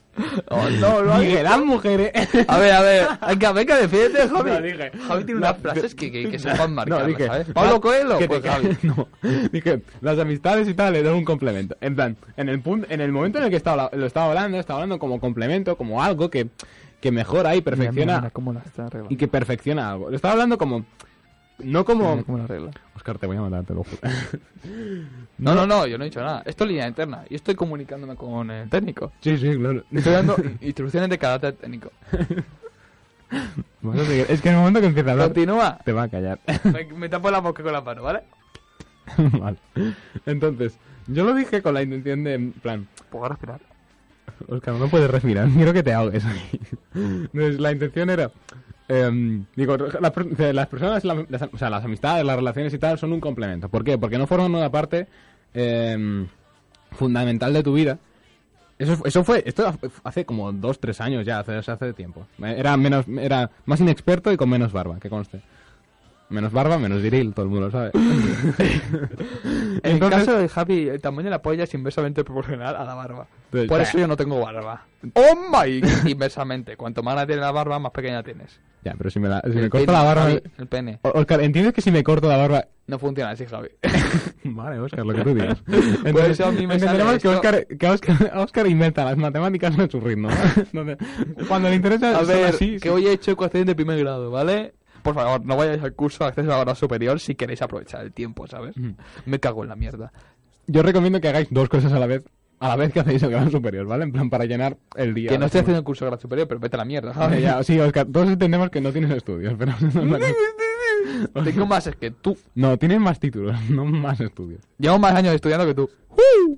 Speaker 1: Oh, no, lo ha
Speaker 2: Miguel, las mujeres.
Speaker 1: A ver, a ver. Venga, venga, defiéndete, Javi.
Speaker 2: No, dije.
Speaker 1: Javi tiene unas frases que, que, que se van marcar,
Speaker 2: No, dije,
Speaker 1: ¿sabes? Pablo Coelho,
Speaker 2: que
Speaker 1: pues
Speaker 2: te-
Speaker 1: Javi.
Speaker 2: No, dije, las amistades y tal le dan un complemento. En plan, en el punto, en el momento en el que estaba, lo estaba hablando, estaba hablando como complemento, como algo que, que mejora y perfecciona
Speaker 1: cómo la está arreglando.
Speaker 2: y que perfecciona algo. Lo estaba hablando como, no como,
Speaker 1: cómo la arregla.
Speaker 2: Oscar, te voy a matar, te lo juro.
Speaker 1: No, no, no, yo no he dicho nada. Esto es línea interna. Yo estoy comunicándome con el técnico.
Speaker 2: sí, sí, claro.
Speaker 1: Estoy dando instrucciones de carácter técnico.
Speaker 2: Vamos a seguir. Es que en el momento que empieza a hablar,
Speaker 1: Continúa.
Speaker 2: te va a callar.
Speaker 1: Me, me tapo la boca con la mano, ¿vale?
Speaker 2: vale. Entonces, yo lo dije con la intención de, en plan,
Speaker 1: Puedo respirar.
Speaker 2: Oscar, no puedes respirar, quiero que te ahogues.
Speaker 1: Mm.
Speaker 2: Entonces, la intención era. em, digo, la per- de las personas, la- las, o sea, las amistades, las relaciones y tal son un complemento. ¿Por qué? Porque no forman una parte em, fundamental de tu vida. Eso, fu- eso fue, esto hace como dos, tres años ya, hace, o sea, hace tiempo. Eh, Era menos, era más inexperto y con menos barba, que conste. Menos barba, menos diril, todo el mundo lo sabe.
Speaker 1: En
Speaker 2: Entonces-
Speaker 1: el caso de Javi, el tamaño de la polla es inversamente proporcional a la barba.
Speaker 2: Entonces,
Speaker 1: Por
Speaker 2: Pues ya,
Speaker 1: eso yo no tengo barba. ¡Oh my! Inversamente. Cuanto más grande tiene la barba, más pequeña tienes.
Speaker 2: Ya, pero si me, la, si me
Speaker 1: El
Speaker 2: corto
Speaker 1: pene,
Speaker 2: la barba...
Speaker 1: Javi, el pene.
Speaker 2: O- Oscar, ¿entiendes que si me corto la barba
Speaker 1: No funciona así, Javi.
Speaker 2: Vale, Oscar, lo que tú digas.
Speaker 1: Por Pues eso a mí me sale
Speaker 2: entenderemos que,
Speaker 1: esto.
Speaker 2: Oscar, que Oscar, Oscar inventa las matemáticas a su ritmo. Donde- cuando le interesa,
Speaker 1: A
Speaker 2: son
Speaker 1: ver,
Speaker 2: así, sí.
Speaker 1: que hoy he hecho ecuación de primer grado, ¿vale? Por favor, no vayáis al curso de acceso a la grado superior si queréis aprovechar el tiempo, ¿sabes? Me cago en la mierda.
Speaker 2: Yo recomiendo que hagáis dos cosas a la vez, a la vez que hacéis el grado superior, ¿vale? En plan, para llenar el día.
Speaker 1: Que no estoy haciendo el curso de grado superior, pero vete a la mierda,
Speaker 2: Ya,
Speaker 1: ¿sabes?
Speaker 2: ya, sí, Oscar, todos entendemos que no tienes estudios, pero...
Speaker 1: Tengo más es que tú.
Speaker 2: No, tienes más títulos, no más estudios.
Speaker 1: Llevo más años estudiando que tú.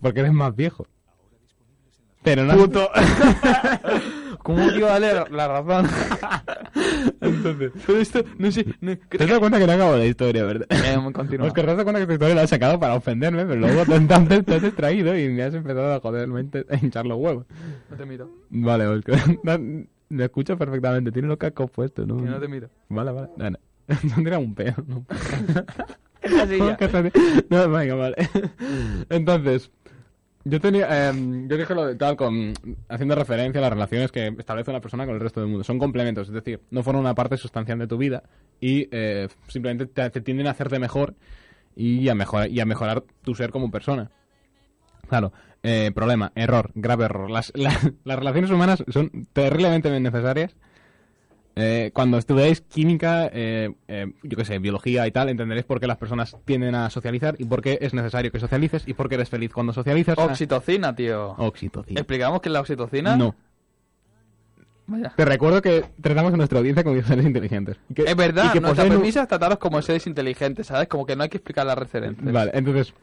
Speaker 2: Porque eres más viejo. Pero no...
Speaker 1: Puto. ¿Cómo que iba a darle la razón?
Speaker 2: Entonces...
Speaker 1: Pero esto, no sé. No,
Speaker 2: Te has dado cuenta que no acabo la historia, ¿verdad?
Speaker 1: Eh, continúa.
Speaker 2: Oscar, te has dado cuenta Pues que tu historia la has sacado para ofenderme, pero luego te, entonces te has distraído y me has empezado a joderme, a hinchar los huevos.
Speaker 1: No te miro.
Speaker 2: Vale, Oscar. No, Me escucho perfectamente. Tiene los cascos puestos, ¿no?
Speaker 1: Que no te miro.
Speaker 2: Vale, vale. No, no. No tira un peo. No,
Speaker 1: Así
Speaker 2: Oscar, te- no, venga, vale. Entonces, yo tenía... eh, yo dije lo de tal con... Haciendo referencia a las relaciones que establece una persona con el resto del mundo. Son complementos, es decir, no forman una parte sustancial de tu vida y eh, simplemente te, te tienden a hacerte mejor y a, mejorar, y a mejorar tu ser como persona. Claro, eh, problema, error, grave error. Las, las- las relaciones humanas son terriblemente necesarias. Eh, cuando estudiáis química, eh, eh, yo qué sé, biología y tal, entenderéis por qué las personas tienden a socializar y por qué es necesario que socialices y por qué eres feliz cuando socializas.
Speaker 1: Oxitocina, tío.
Speaker 2: Ah, oxitocina.
Speaker 1: ¿Explicamos qué es la oxitocina?
Speaker 2: No.
Speaker 1: Vaya.
Speaker 2: Te recuerdo que tratamos a nuestra audiencia como seres inteligentes. Y que-
Speaker 1: Es verdad,
Speaker 2: y que
Speaker 1: nuestra
Speaker 2: poseen un-
Speaker 1: premisa es trataros como seres inteligentes, ¿sabes? Como que no hay que explicar las referencias.
Speaker 2: Vale, entonces,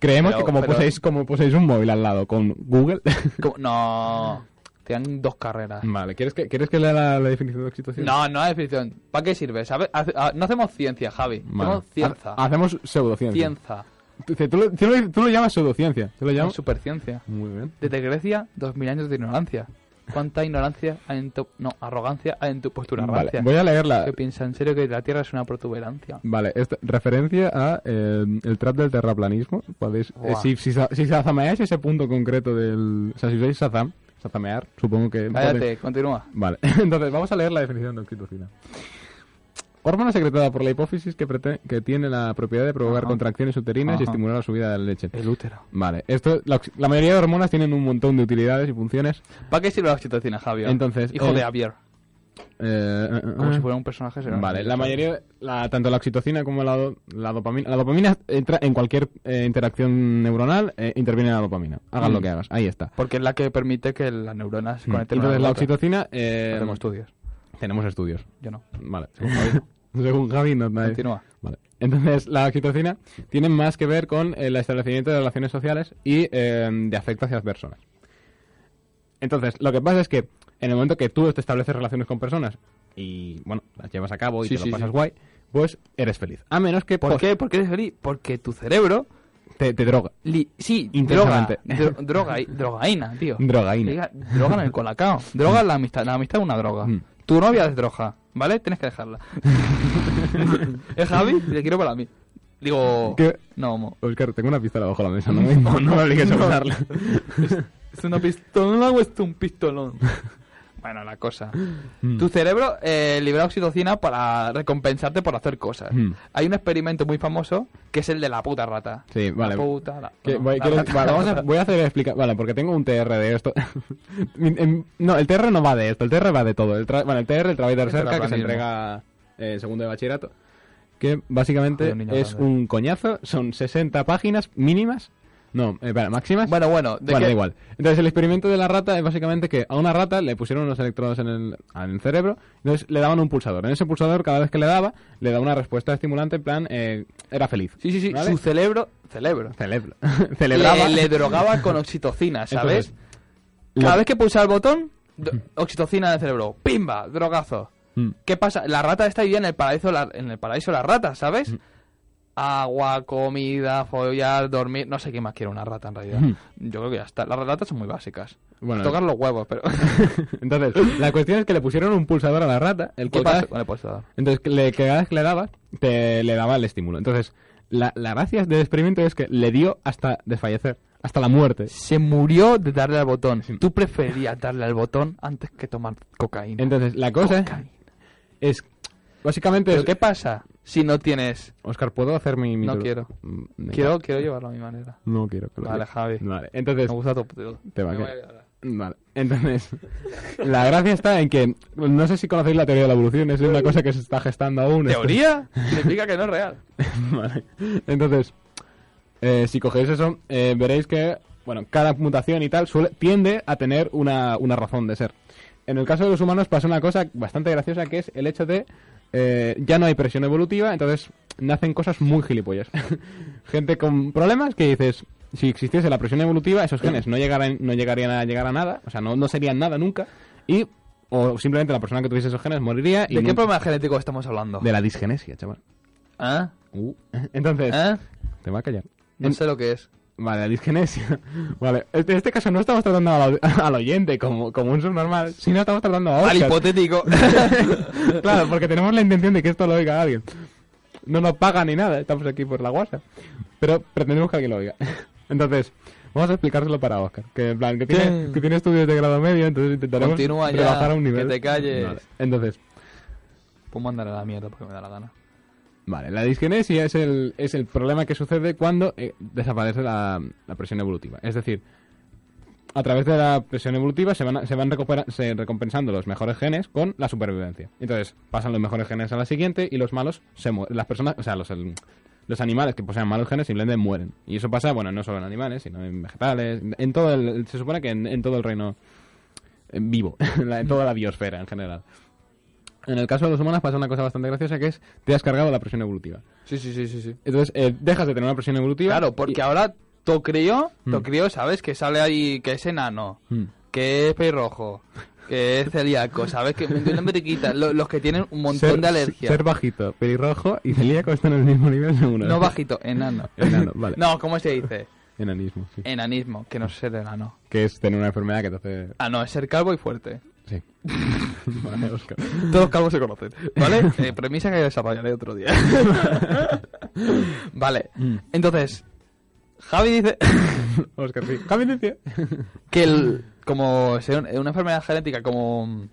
Speaker 2: creemos
Speaker 1: Pero-
Speaker 2: que como,
Speaker 1: pero-
Speaker 2: poseéis, como poseéis un móvil al lado con Google...
Speaker 1: Como- No. Te dan dos carreras.
Speaker 2: vale, ¿quieres que, ¿quieres que lea la, la definición de oxitocina?
Speaker 1: No, no hay definición. ¿Para qué sirve? ¿Sabes? Hace- ah, No hacemos ciencia, Javi.
Speaker 2: Vale.
Speaker 1: Hacemos ciencia.
Speaker 2: Ha- hacemos pseudociencia.
Speaker 1: Ah, Ciencia.
Speaker 2: Tú, tú lo, tú lo- tú lo llamas pseudociencia. Yo lo llamo...
Speaker 1: Superciencia.
Speaker 2: Muy bien.
Speaker 1: Desde Grecia, dos mil años de ignorancia. ¿Cuánta ignorancia hay en tu... No, arrogancia hay en tu postura
Speaker 2: Vale,
Speaker 1: rancia?
Speaker 2: voy a leerla.
Speaker 1: Que piensa en serio que la Tierra es una protuberancia.
Speaker 2: Vale, esta, referencia a eh, el trap del terraplanismo. Podéis, eh,
Speaker 1: Buah.
Speaker 2: si, si, sa- si sazameáis ese punto concreto del... O sea, si usáis sazam, sazamear, supongo que... podéis-
Speaker 1: Cállate, continúa.
Speaker 2: Vale, entonces vamos a leer la definición de oxitocina. Hormona secretada por la hipófisis que, prete- que tiene la propiedad de provocar
Speaker 1: Ajá.
Speaker 2: contracciones uterinas y
Speaker 1: Ajá.
Speaker 2: estimular la subida de la leche.
Speaker 1: El útero.
Speaker 2: Vale, esto, la, oxi- la mayoría de hormonas tienen un montón de utilidades y funciones.
Speaker 1: ¿Para qué sirve la oxitocina, Javier?
Speaker 2: Entonces,
Speaker 1: Hijo
Speaker 2: eh,
Speaker 1: de Javier.
Speaker 2: Eh, eh, eh,
Speaker 1: Como
Speaker 2: eh.
Speaker 1: si fuera un personaje. será-
Speaker 2: Vale, la mayoría, la, tanto la oxitocina como la, do- la dopamina. La dopamina entra en cualquier eh, interacción neuronal, eh, interviene la dopamina. Hagas
Speaker 1: Mm.
Speaker 2: lo que hagas, ahí está.
Speaker 1: Porque es la que permite que las neuronas se conecten
Speaker 2: Entonces,
Speaker 1: una
Speaker 2: la
Speaker 1: a otra.
Speaker 2: oxitocina. eh,
Speaker 1: Hacemos estudios.
Speaker 2: tenemos estudios.
Speaker 1: Yo no.
Speaker 2: Vale. Según Javi, no nadie-
Speaker 1: Continúa.
Speaker 2: Vale. Entonces, la oxitocina tiene más que ver con el establecimiento de relaciones sociales y eh, de afecto hacia las personas. Entonces, lo que pasa es que en el momento que tú te estableces relaciones con personas y, bueno, las llevas a cabo y
Speaker 1: Sí,
Speaker 2: te
Speaker 1: sí,
Speaker 2: lo pasas
Speaker 1: sí.
Speaker 2: guay, pues eres feliz. A menos que
Speaker 1: ¿Por
Speaker 2: post-
Speaker 1: qué? ¿Por qué eres feliz? Porque tu cerebro.
Speaker 2: Te, te droga.
Speaker 1: li- sí, droga.
Speaker 2: Intensamente.
Speaker 1: dro- droga, drogaína, tío.
Speaker 2: Drogaína.
Speaker 1: Diga- Droga en el colacao. Droga en la amistad. La amistad es una droga.
Speaker 2: Mm.
Speaker 1: Tu novia es droga, ¿vale? Tienes que dejarla. es Javi, le quiero para mí. Digo.
Speaker 2: ¿Qué?
Speaker 1: No, homo.
Speaker 2: Oscar, pues, tengo una pistola bajo la mesa, no me, no, me obligues a
Speaker 1: No.
Speaker 2: usarla.
Speaker 1: Es una pistola o es un pistolón. bueno, la cosa.
Speaker 2: Mm.
Speaker 1: Tu cerebro eh, libera oxitocina para recompensarte por hacer cosas.
Speaker 2: Mm.
Speaker 1: Hay un experimento muy famoso que es el de la puta rata.
Speaker 2: Sí, vale.
Speaker 1: La puta la-
Speaker 2: Que
Speaker 1: no,
Speaker 2: voy,
Speaker 1: la
Speaker 2: quiero-
Speaker 1: rata,
Speaker 2: vale,
Speaker 1: la
Speaker 2: vamos a-
Speaker 1: rata.
Speaker 2: voy a hacer explicar. Vale, porque tengo un TR de esto. En- en- no, el TR no va de esto, el TR va de todo. El tra- bueno, el TR, el trabajador
Speaker 1: El
Speaker 2: cerca, que se
Speaker 1: terraplanismo.
Speaker 2: entrega eh, en segundo de bachillerato. Que básicamente
Speaker 1: Joder, niño
Speaker 2: es
Speaker 1: grande.
Speaker 2: un coñazo, son 60 páginas mínimas. No, eh, espera, máximas.
Speaker 1: Bueno, bueno, de
Speaker 2: bueno,
Speaker 1: que-
Speaker 2: da igual. Entonces, el experimento de la rata es básicamente que a una rata le pusieron unos electrodos en el, en el cerebro, entonces le daban un pulsador. En ese pulsador, cada vez que le daba, le daba una respuesta estimulante, en plan, eh, era feliz.
Speaker 1: Sí, sí, sí.
Speaker 2: ¿Vale?
Speaker 1: Su cerebro. Cerebro.
Speaker 2: Celebra. Celebraba.
Speaker 1: Le, Eh, le drogaba con oxitocina, ¿sabes?
Speaker 2: Entonces,
Speaker 1: Cada
Speaker 2: lo-
Speaker 1: vez que pulsaba el botón, do- oxitocina en el cerebro. ¡Pimba! Drogazo.
Speaker 2: Mm.
Speaker 1: ¿Qué pasa? La rata está vivía en el paraíso, la- en el paraíso de las ratas, ¿sabes? Agua, comida, follar, dormir. No sé qué más quiere una rata en realidad.
Speaker 2: Mm.
Speaker 1: Yo creo que ya está. Las ratas son muy básicas.
Speaker 2: Bueno,
Speaker 1: Tocar los huevos, pero.
Speaker 2: entonces, la cuestión es que le pusieron un pulsador a la rata, el
Speaker 1: ¿Qué
Speaker 2: cual cada
Speaker 1: pasa
Speaker 2: vez-
Speaker 1: con el pulsador?
Speaker 2: Entonces, que le, que cada vez que le dabas, te le daba el estímulo. Entonces, la, la gracia del experimento es que le dio hasta desfallecer, hasta la muerte.
Speaker 1: Se murió de darle al botón. Tú preferías darle al botón antes que tomar cocaína.
Speaker 2: Entonces, la cosa
Speaker 1: Cocaína.
Speaker 2: es, básicamente
Speaker 1: ¿Pero
Speaker 2: es-
Speaker 1: qué pasa si no tienes
Speaker 2: Oscar, ¿puedo hacer mi, mi
Speaker 1: No
Speaker 2: tur-
Speaker 1: quiero.
Speaker 2: Mm, venga.
Speaker 1: Quiero, quiero llevarlo a mi manera.
Speaker 2: No quiero. que lo
Speaker 1: Vale,
Speaker 2: digas.
Speaker 1: Javi.
Speaker 2: Vale, entonces...
Speaker 1: Me gusta tu tu-
Speaker 2: Pues Te va a
Speaker 1: me
Speaker 2: quedar.
Speaker 1: voy ahora.
Speaker 2: Vale, entonces, la gracia está en que, no sé si conocéis la teoría de la evolución, es una cosa que se está gestando aún. esto-
Speaker 1: ¿Teoría? Significa que no es real.
Speaker 2: Vale. Entonces, eh, si cogéis eso, eh, veréis que, bueno, cada mutación y tal suele- tiende a tener una, una razón de ser. En el caso de los humanos pasa una cosa bastante graciosa que es el hecho de eh, ya no hay presión evolutiva, entonces nacen cosas muy gilipollas. Gente con problemas que dices, si existiese la presión evolutiva, esos genes no llegarían, no llegarían a llegar a nada, o sea, no, no serían nada nunca, y o simplemente la persona que tuviese esos genes moriría. y
Speaker 1: ¿De qué
Speaker 2: nunca-
Speaker 1: problema genético estamos hablando?
Speaker 2: De la disgenesia, chaval.
Speaker 1: ¿Ah?
Speaker 2: Uh. Entonces,
Speaker 1: ¿Ah?
Speaker 2: te va a callar.
Speaker 1: No
Speaker 2: En-
Speaker 1: sé lo que es.
Speaker 2: Vale, la disgenesia. Vale, en este caso no estamos tratando al, al oyente como, como un subnormal, sino estamos tratando a
Speaker 1: Al
Speaker 2: Oscar.
Speaker 1: hipotético.
Speaker 2: claro, porque tenemos la intención de que esto lo oiga alguien. No nos paga ni nada, estamos aquí por la WhatsApp. Pero pretendemos que alguien lo oiga. Entonces, vamos a explicárselo para Oscar. Que en plan, que tiene,
Speaker 1: ¿Qué?
Speaker 2: que tiene estudios de grado medio, entonces intentaremos
Speaker 1: Continúa ya,
Speaker 2: rebajar a un
Speaker 1: que
Speaker 2: nivel.
Speaker 1: te calles.
Speaker 2: Vale, Entonces,
Speaker 1: Pues mandarle a la mierda porque me da la gana.
Speaker 2: Vale, la disgenesia es el, es el problema que sucede cuando eh, desaparece la, la presión evolutiva. Es decir, a través de la presión evolutiva se van, a- se van recupera- se recompensando los mejores genes con la supervivencia. Entonces, pasan los mejores genes a la siguiente y los malos se mueren. Las personas, o sea, los, el- los animales que poseen malos genes simplemente mueren. Y eso pasa, bueno, no solo en animales, sino en vegetales, en todo el, se supone que en, en todo el reino eh, vivo, en, la- en toda la biosfera en general. En el caso de los humanos pasa una cosa bastante graciosa que es te has cargado la presión evolutiva.
Speaker 1: Sí, sí, sí, sí, sí.
Speaker 2: Entonces, eh, dejas de tener una presión evolutiva.
Speaker 1: Claro, porque
Speaker 2: y-
Speaker 1: ahora Tocrío,
Speaker 2: Mm.
Speaker 1: Tocrío, ¿sabes? Que sale ahí, que es enano,
Speaker 2: Mm.
Speaker 1: que es pelirrojo, que es celíaco, ¿sabes? Que de una mariquita, lo- los que tienen un montón
Speaker 2: ser,
Speaker 1: de alergias.
Speaker 2: Ser bajito, pelirrojo y celíaco están en el mismo nivel seguro.
Speaker 1: no bajito, enano.
Speaker 2: Enano, vale.
Speaker 1: No, ¿cómo se dice?
Speaker 2: Enanismo, sí.
Speaker 1: Enanismo, que no es ser enano.
Speaker 2: Que es tener una enfermedad que te hace...
Speaker 1: Ah, no, es ser calvo y fuerte.
Speaker 2: Sí. Vale, Óscar.
Speaker 1: Todos los calvos se conocen, ¿vale? Eh, premisa que desarrollaré otro día. vale, entonces, Javi dice
Speaker 2: Óscar, sí. Cambio de pie.
Speaker 1: que el, como sea un- eh, una enfermedad genética, como... mm,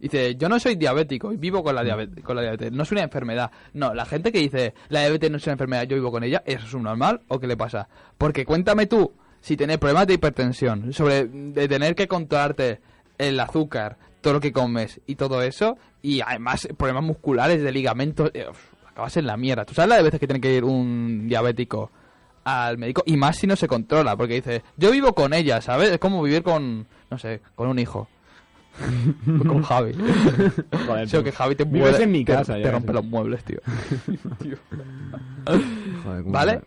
Speaker 1: Dice, yo no soy diabético y vivo con la, diabetes, con la diabetes. No es una enfermedad. No, la gente que dice, la diabetes no es una enfermedad, yo vivo con ella, ¿eso es un normal o qué le pasa? Porque cuéntame tú si tenés problemas de hipertensión, sobre de tener que controlarte el azúcar, todo lo que comes y todo eso, y además problemas musculares de ligamentos, eh, uf, acabas en la mierda. ¿Tú sabes las veces que tiene que ir un diabético al médico? Y más si no se controla, porque dice, yo vivo con ella, ¿sabes? Es como vivir con, no sé, con un hijo. con Javi.
Speaker 2: Joder,
Speaker 1: Sí, o que Javi te
Speaker 2: Vives
Speaker 1: mueve-
Speaker 2: en mi
Speaker 1: te-
Speaker 2: casa,
Speaker 1: te,
Speaker 2: ya
Speaker 1: rompe
Speaker 2: ves.
Speaker 1: los muebles, tío.
Speaker 2: Joder, cómo
Speaker 1: ¿Vale?
Speaker 2: se-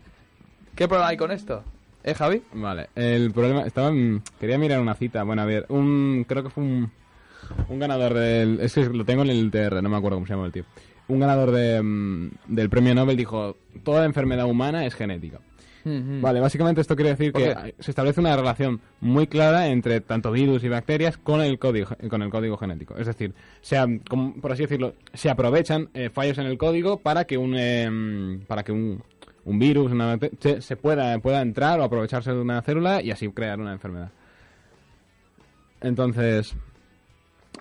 Speaker 1: ¿Qué problema hay con esto? ¿Eh, Javi?
Speaker 2: Vale, el problema... Estaba... en- Quería mirar una cita. Bueno, a ver, un... Creo que fue un... Un ganador del. Es que lo tengo en el TR, no me acuerdo cómo se llama el tío. Un ganador de, mm, del premio Nobel dijo: Toda enfermedad humana es genética. Vale, básicamente esto quiere decir
Speaker 4: ¿Por
Speaker 2: que
Speaker 4: qué?
Speaker 2: hay- se establece una relación muy clara entre tanto virus y bacterias con el código, con el código genético. Es decir, se, am- como- por así decirlo, se aprovechan eh, fallos en el código para que un, em, para que un, un virus una bacte- se, se pueda, pueda entrar o aprovecharse de una célula y así crear una enfermedad. Entonces,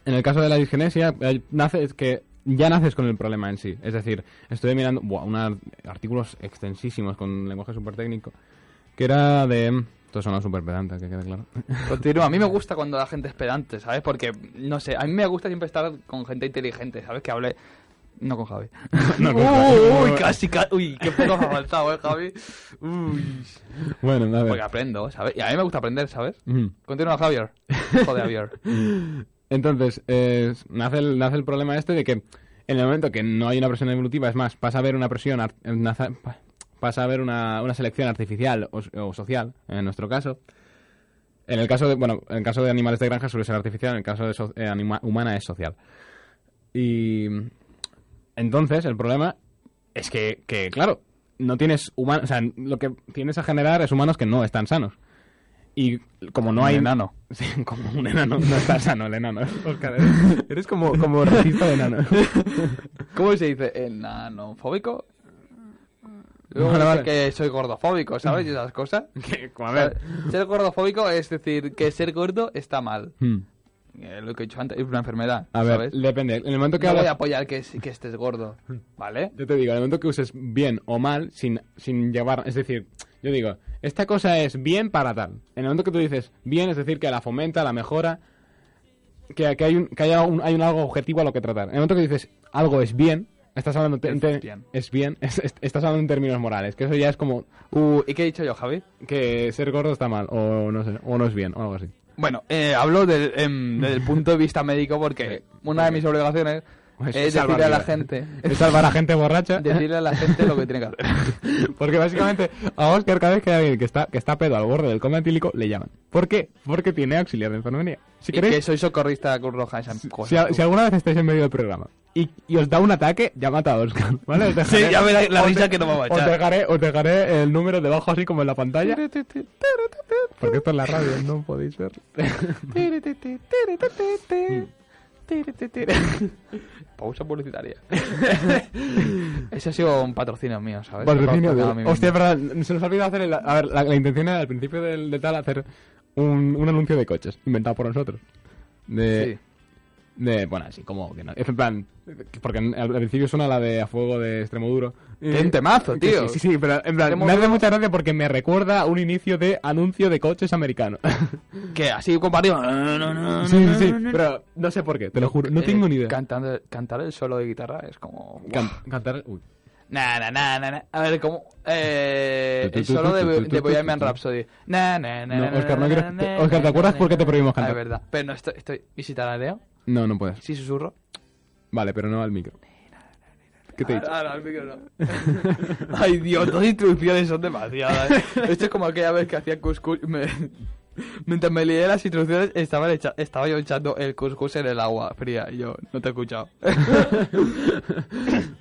Speaker 2: en el caso de la disgenesia, eh, nace, es que ya naces con el problema en sí. Es decir, estuve mirando buah, una- artículos extensísimos con lenguaje súper técnico, que era de... Estos son los súper pedantes, que quede claro.
Speaker 1: Continúa, a mí me gusta cuando la gente es pedante, ¿sabes? Porque, no sé, a mí me gusta siempre estar con gente inteligente, ¿sabes? Que hable... No con Javi.
Speaker 2: No con
Speaker 1: uy, uy,
Speaker 2: Javi.
Speaker 1: casi, ca- uy, qué poco me ha faltado, ¿eh, Javi? Uy,
Speaker 2: Bueno, a ver.
Speaker 1: porque aprendo, ¿sabes? Y a mí me gusta aprender, ¿sabes?
Speaker 2: Ujú.
Speaker 1: Continúa, Javier. Joder, Javier.
Speaker 2: Entonces, eh, nace, el, nace el problema este de que en el momento que no hay una presión evolutiva, es más, pasa a haber una presión, ar- eh, naza- pa- pasa a haber una, una selección artificial o, s- o social, en nuestro caso. En el caso de, bueno, en el caso de animales de granja suele ser artificial, en el caso de so- eh, anima- humana es social. Y mm, entonces el problema es que, que, claro, no tienes humanos, o sea, lo que tienes a generar es humanos que no están sanos. Y como no hay
Speaker 4: enano.
Speaker 2: Sí, como un enano. No está sano el enano. Oscar, eres, eres como, como racista de enano.
Speaker 1: ¿Cómo se dice? ¿Enanofóbico? Luego
Speaker 2: Vale,
Speaker 1: dicen
Speaker 2: vale.
Speaker 1: que soy gordofóbico, ¿sabes? Y esas cosas.
Speaker 2: Que, como, a
Speaker 1: O
Speaker 2: ver.
Speaker 1: sea, ser gordofóbico es decir que ser gordo está mal.
Speaker 2: Hmm.
Speaker 1: Eh, lo que he dicho antes, es una enfermedad,
Speaker 2: A ver,
Speaker 1: ¿sabes?
Speaker 2: depende. En el momento que
Speaker 1: No voy a
Speaker 2: hablas-
Speaker 1: apoyar que, es- que estés gordo, ¿vale?
Speaker 2: Yo te digo, en el momento que uses bien o mal, sin, sin llevar. Es decir, yo digo, esta cosa es bien para tal. En el momento que tú dices bien, es decir, que la fomenta, la mejora. Que, que hay, un, que haya un- hay un algo objetivo a lo que tratar. En el momento que dices algo es bien, estás hablando. te-
Speaker 1: Es
Speaker 2: te-
Speaker 1: bien.
Speaker 2: es bien, es- es- estás hablando en términos morales. Que eso ya es como
Speaker 1: Uh, ¿Y qué he dicho yo, Javi?
Speaker 2: que ser gordo está mal, o no sé, o no es bien, o algo así.
Speaker 1: Bueno, eh, hablo del, em, desde el punto de vista médico porque
Speaker 2: Sí,
Speaker 1: una de mis obligaciones
Speaker 2: Pues
Speaker 1: es
Speaker 2: salvar
Speaker 1: decirle a la
Speaker 2: vidas.
Speaker 1: gente...
Speaker 2: Es salvar a gente borracha.
Speaker 1: Decirle a la gente lo que tiene que hacer.
Speaker 2: Porque básicamente a Oscar cada vez que hay alguien que está, que está pedo al borde del coma etílico, le llaman. ¿Por qué? Porque tiene auxiliar de enfermería. Si
Speaker 1: Y que
Speaker 2: queréis,
Speaker 1: soy socorrista de Cruz Roja, esa cosa.
Speaker 2: si, a- si alguna vez estáis en medio del programa y, y os da un ataque, llamad a Oscar. ¿vale? Os dejaré-
Speaker 1: verás
Speaker 2: os de-
Speaker 1: no me va
Speaker 2: Os dejaré, os dejaré el número debajo así como en la pantalla. Porque esto es la radio, no podéis verlo.
Speaker 1: Pausa publicitaria. Ese ha sido un patrocinio mío, ¿sabes?
Speaker 2: Patrocinio
Speaker 1: Patrocinado a
Speaker 2: de...
Speaker 1: mí
Speaker 2: eh, Hostia, es
Speaker 1: mismo.
Speaker 2: verdad, se nos ha olvidado hacer el... A ver, la, la intención era al principio del, de tal hacer un, un anuncio de coches, inventado por nosotros. De,
Speaker 1: Sí.
Speaker 2: de bueno, así como que no... En plan, porque en- al principio suena la de A Fuego de Extremoduro.
Speaker 1: Qué un temazo,
Speaker 2: Que
Speaker 1: tío.
Speaker 2: Sí, sí, sí, pero en plan, me
Speaker 1: Extremoduro-
Speaker 2: hace mucha gracia porque me recuerda a un inicio de anuncio de coches americano.
Speaker 1: Que así compartido. No, no, no,
Speaker 2: sí,
Speaker 1: no,
Speaker 2: sí, sí,
Speaker 1: no, no.
Speaker 2: pero no sé por qué, te lo juro, no
Speaker 1: Eh,
Speaker 2: tengo ni idea.
Speaker 1: Cantando, cantar el solo de guitarra es como.
Speaker 2: Can- cantar... Uy.
Speaker 1: Na, na, na, na, na. A ver, ¿cómo? Eh, el solo de, de Bohemian Rhapsody. Na, na, na,
Speaker 2: No,
Speaker 1: na, na,
Speaker 2: Oscar, no
Speaker 1: na,
Speaker 2: quiero-
Speaker 1: na,
Speaker 2: te-
Speaker 1: na,
Speaker 2: Oscar, ¿te
Speaker 1: na,
Speaker 2: acuerdas
Speaker 1: na,
Speaker 2: por qué te
Speaker 1: na,
Speaker 2: prohibimos
Speaker 1: na? Ah,
Speaker 2: cantar?
Speaker 1: Es verdad. Pero no estoy. estoy ¿Visitar a Leo?
Speaker 2: No, no puedes.
Speaker 1: Sí, susurro.
Speaker 2: Vale, pero no al micro. ¿Qué te he dicho?
Speaker 1: Ahora, ahora, el micro Ah, no. Ay, Dios, dos instrucciones son demasiadas. ¿eh? Esto es como aquella vez que hacía cuscús. y me- Mientras me leía las instrucciones, estaba, echa- estaba yo echando el cuscús en el agua fría. Y yo, no te he escuchado.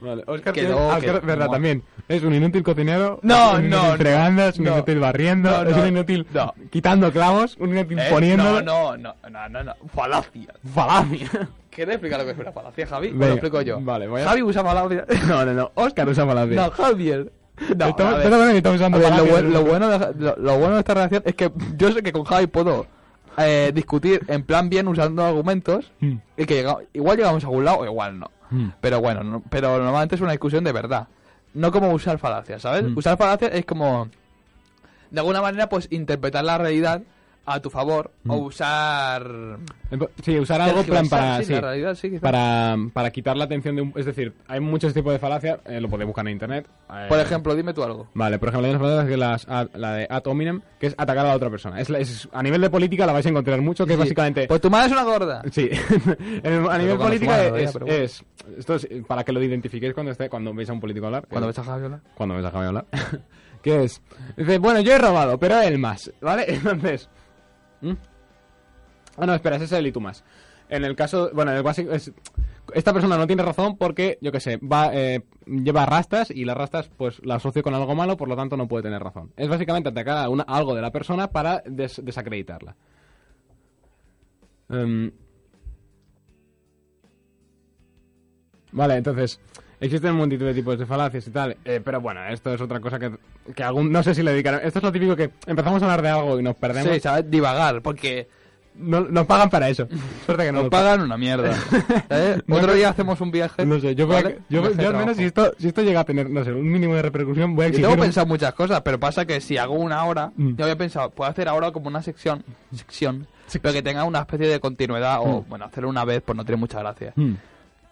Speaker 2: Vale, Oscar,
Speaker 1: Que
Speaker 2: tiene-
Speaker 1: no,
Speaker 2: Oscar,
Speaker 1: que
Speaker 2: Ah, verdad,
Speaker 1: no.
Speaker 2: también. Es un inútil cocinero.
Speaker 1: No,
Speaker 2: es un
Speaker 1: no,
Speaker 2: inútil
Speaker 1: no.
Speaker 2: fregando, es un
Speaker 1: No.
Speaker 2: inútil barriendo,
Speaker 1: No,
Speaker 2: es un
Speaker 1: no,
Speaker 2: inútil
Speaker 1: no.
Speaker 2: quitando clavos, un inútil
Speaker 1: Eh,
Speaker 2: poniendo.
Speaker 1: No, no, no, no, no, no. Falacia.
Speaker 2: Falacia.
Speaker 1: ¿Quieres explicar lo que es una falacia, Javi? ¿O
Speaker 2: Venga,
Speaker 1: lo explico yo?
Speaker 2: vale, voy a-
Speaker 1: Javi usa falacia.
Speaker 2: No, no, no. Oscar usa falacia.
Speaker 1: No, Javier. No,
Speaker 2: estamos,
Speaker 1: a ver.
Speaker 2: pero bueno, estamos usando
Speaker 1: A ver, lo,
Speaker 2: falacia.
Speaker 1: buen- lo bueno de, lo- lo bueno de esta relación es que yo sé que con Javi puedo eh, discutir en plan bien usando argumentos
Speaker 2: Mm.
Speaker 1: y que llega- igual llegamos a algún lado o igual no.
Speaker 2: Mm.
Speaker 1: Pero bueno, no- pero normalmente es una discusión de verdad. No como usar falacias, ¿sabes?
Speaker 2: Mm.
Speaker 1: Usar falacias es como, de alguna manera, pues interpretar la realidad a tu favor o usar...
Speaker 2: Sí, usar Hmm. algo en plan para.
Speaker 1: tergiversar, sí,
Speaker 2: sí,
Speaker 1: la realidad, sí, quizá.
Speaker 2: para, para quitar la atención de un. Es decir, hay muchos tipos de falacias, eh, lo podéis buscar en internet. eh,
Speaker 1: Por ejemplo, dime tú algo.
Speaker 2: Vale, por ejemplo, hay unas palabras que las, ad- la de ad hominem, que es atacar a la otra persona. Es, la- es- a nivel de política la vais a encontrar mucho, que es
Speaker 1: Sí.
Speaker 2: básicamente...
Speaker 1: Pues tu madre es una gorda.
Speaker 2: Sí, En el- a nivel
Speaker 1: cuando
Speaker 2: política
Speaker 1: fumaba todavía,
Speaker 2: es,
Speaker 1: pero bueno.
Speaker 2: es- Esto es eh, para que lo identifiquéis cuando esté, cuando veis a un político hablar.
Speaker 1: Cuando
Speaker 2: eh,
Speaker 1: ves a Javi hablar.
Speaker 2: cuando veis a Javi hablar. que es... Dice, bueno, yo he robado, pero él más, ¿vale? Entonces... ¿Mm? Ah, no, espera, ese es el y tú más. En el caso, bueno, en el básico es- esta persona no tiene razón porque, yo qué sé, va, eh, lleva rastas y las rastas pues la asocio con algo malo, por lo tanto no puede tener razón. Es básicamente atacar a una- algo de la persona para des- desacreditarla. Em, Vale, entonces, existen multitud de tipos de falacias y tal, eh, pero bueno, esto es otra cosa que, que algún, no sé si le dedicarán. Esto es lo típico que empezamos a hablar de algo y nos perdemos.
Speaker 3: Sí, ¿sabes? Divagar, porque
Speaker 2: No- nos pagan para eso. Suerte que no
Speaker 1: Nos pagan una mierda. ¿Eh? Otro día hacemos un viaje.
Speaker 2: No sé, yo, voy a-
Speaker 1: ¿vale?
Speaker 2: yo,
Speaker 1: Un viaje
Speaker 2: yo al
Speaker 1: de
Speaker 2: menos si
Speaker 1: trabajo.
Speaker 2: esto, si esto llega a tener, no sé, un mínimo de repercusión, voy
Speaker 1: Yo
Speaker 2: a exigir...
Speaker 1: tengo
Speaker 2: un-
Speaker 1: pensado muchas cosas, pero pasa que si hago una hora,
Speaker 2: Mm.
Speaker 1: yo había pensado, puedo hacer ahora como una sección, sección, pero que tenga una especie de continuidad, o bueno, hacerlo una vez, pues no tiene mucha gracia.
Speaker 2: Mm.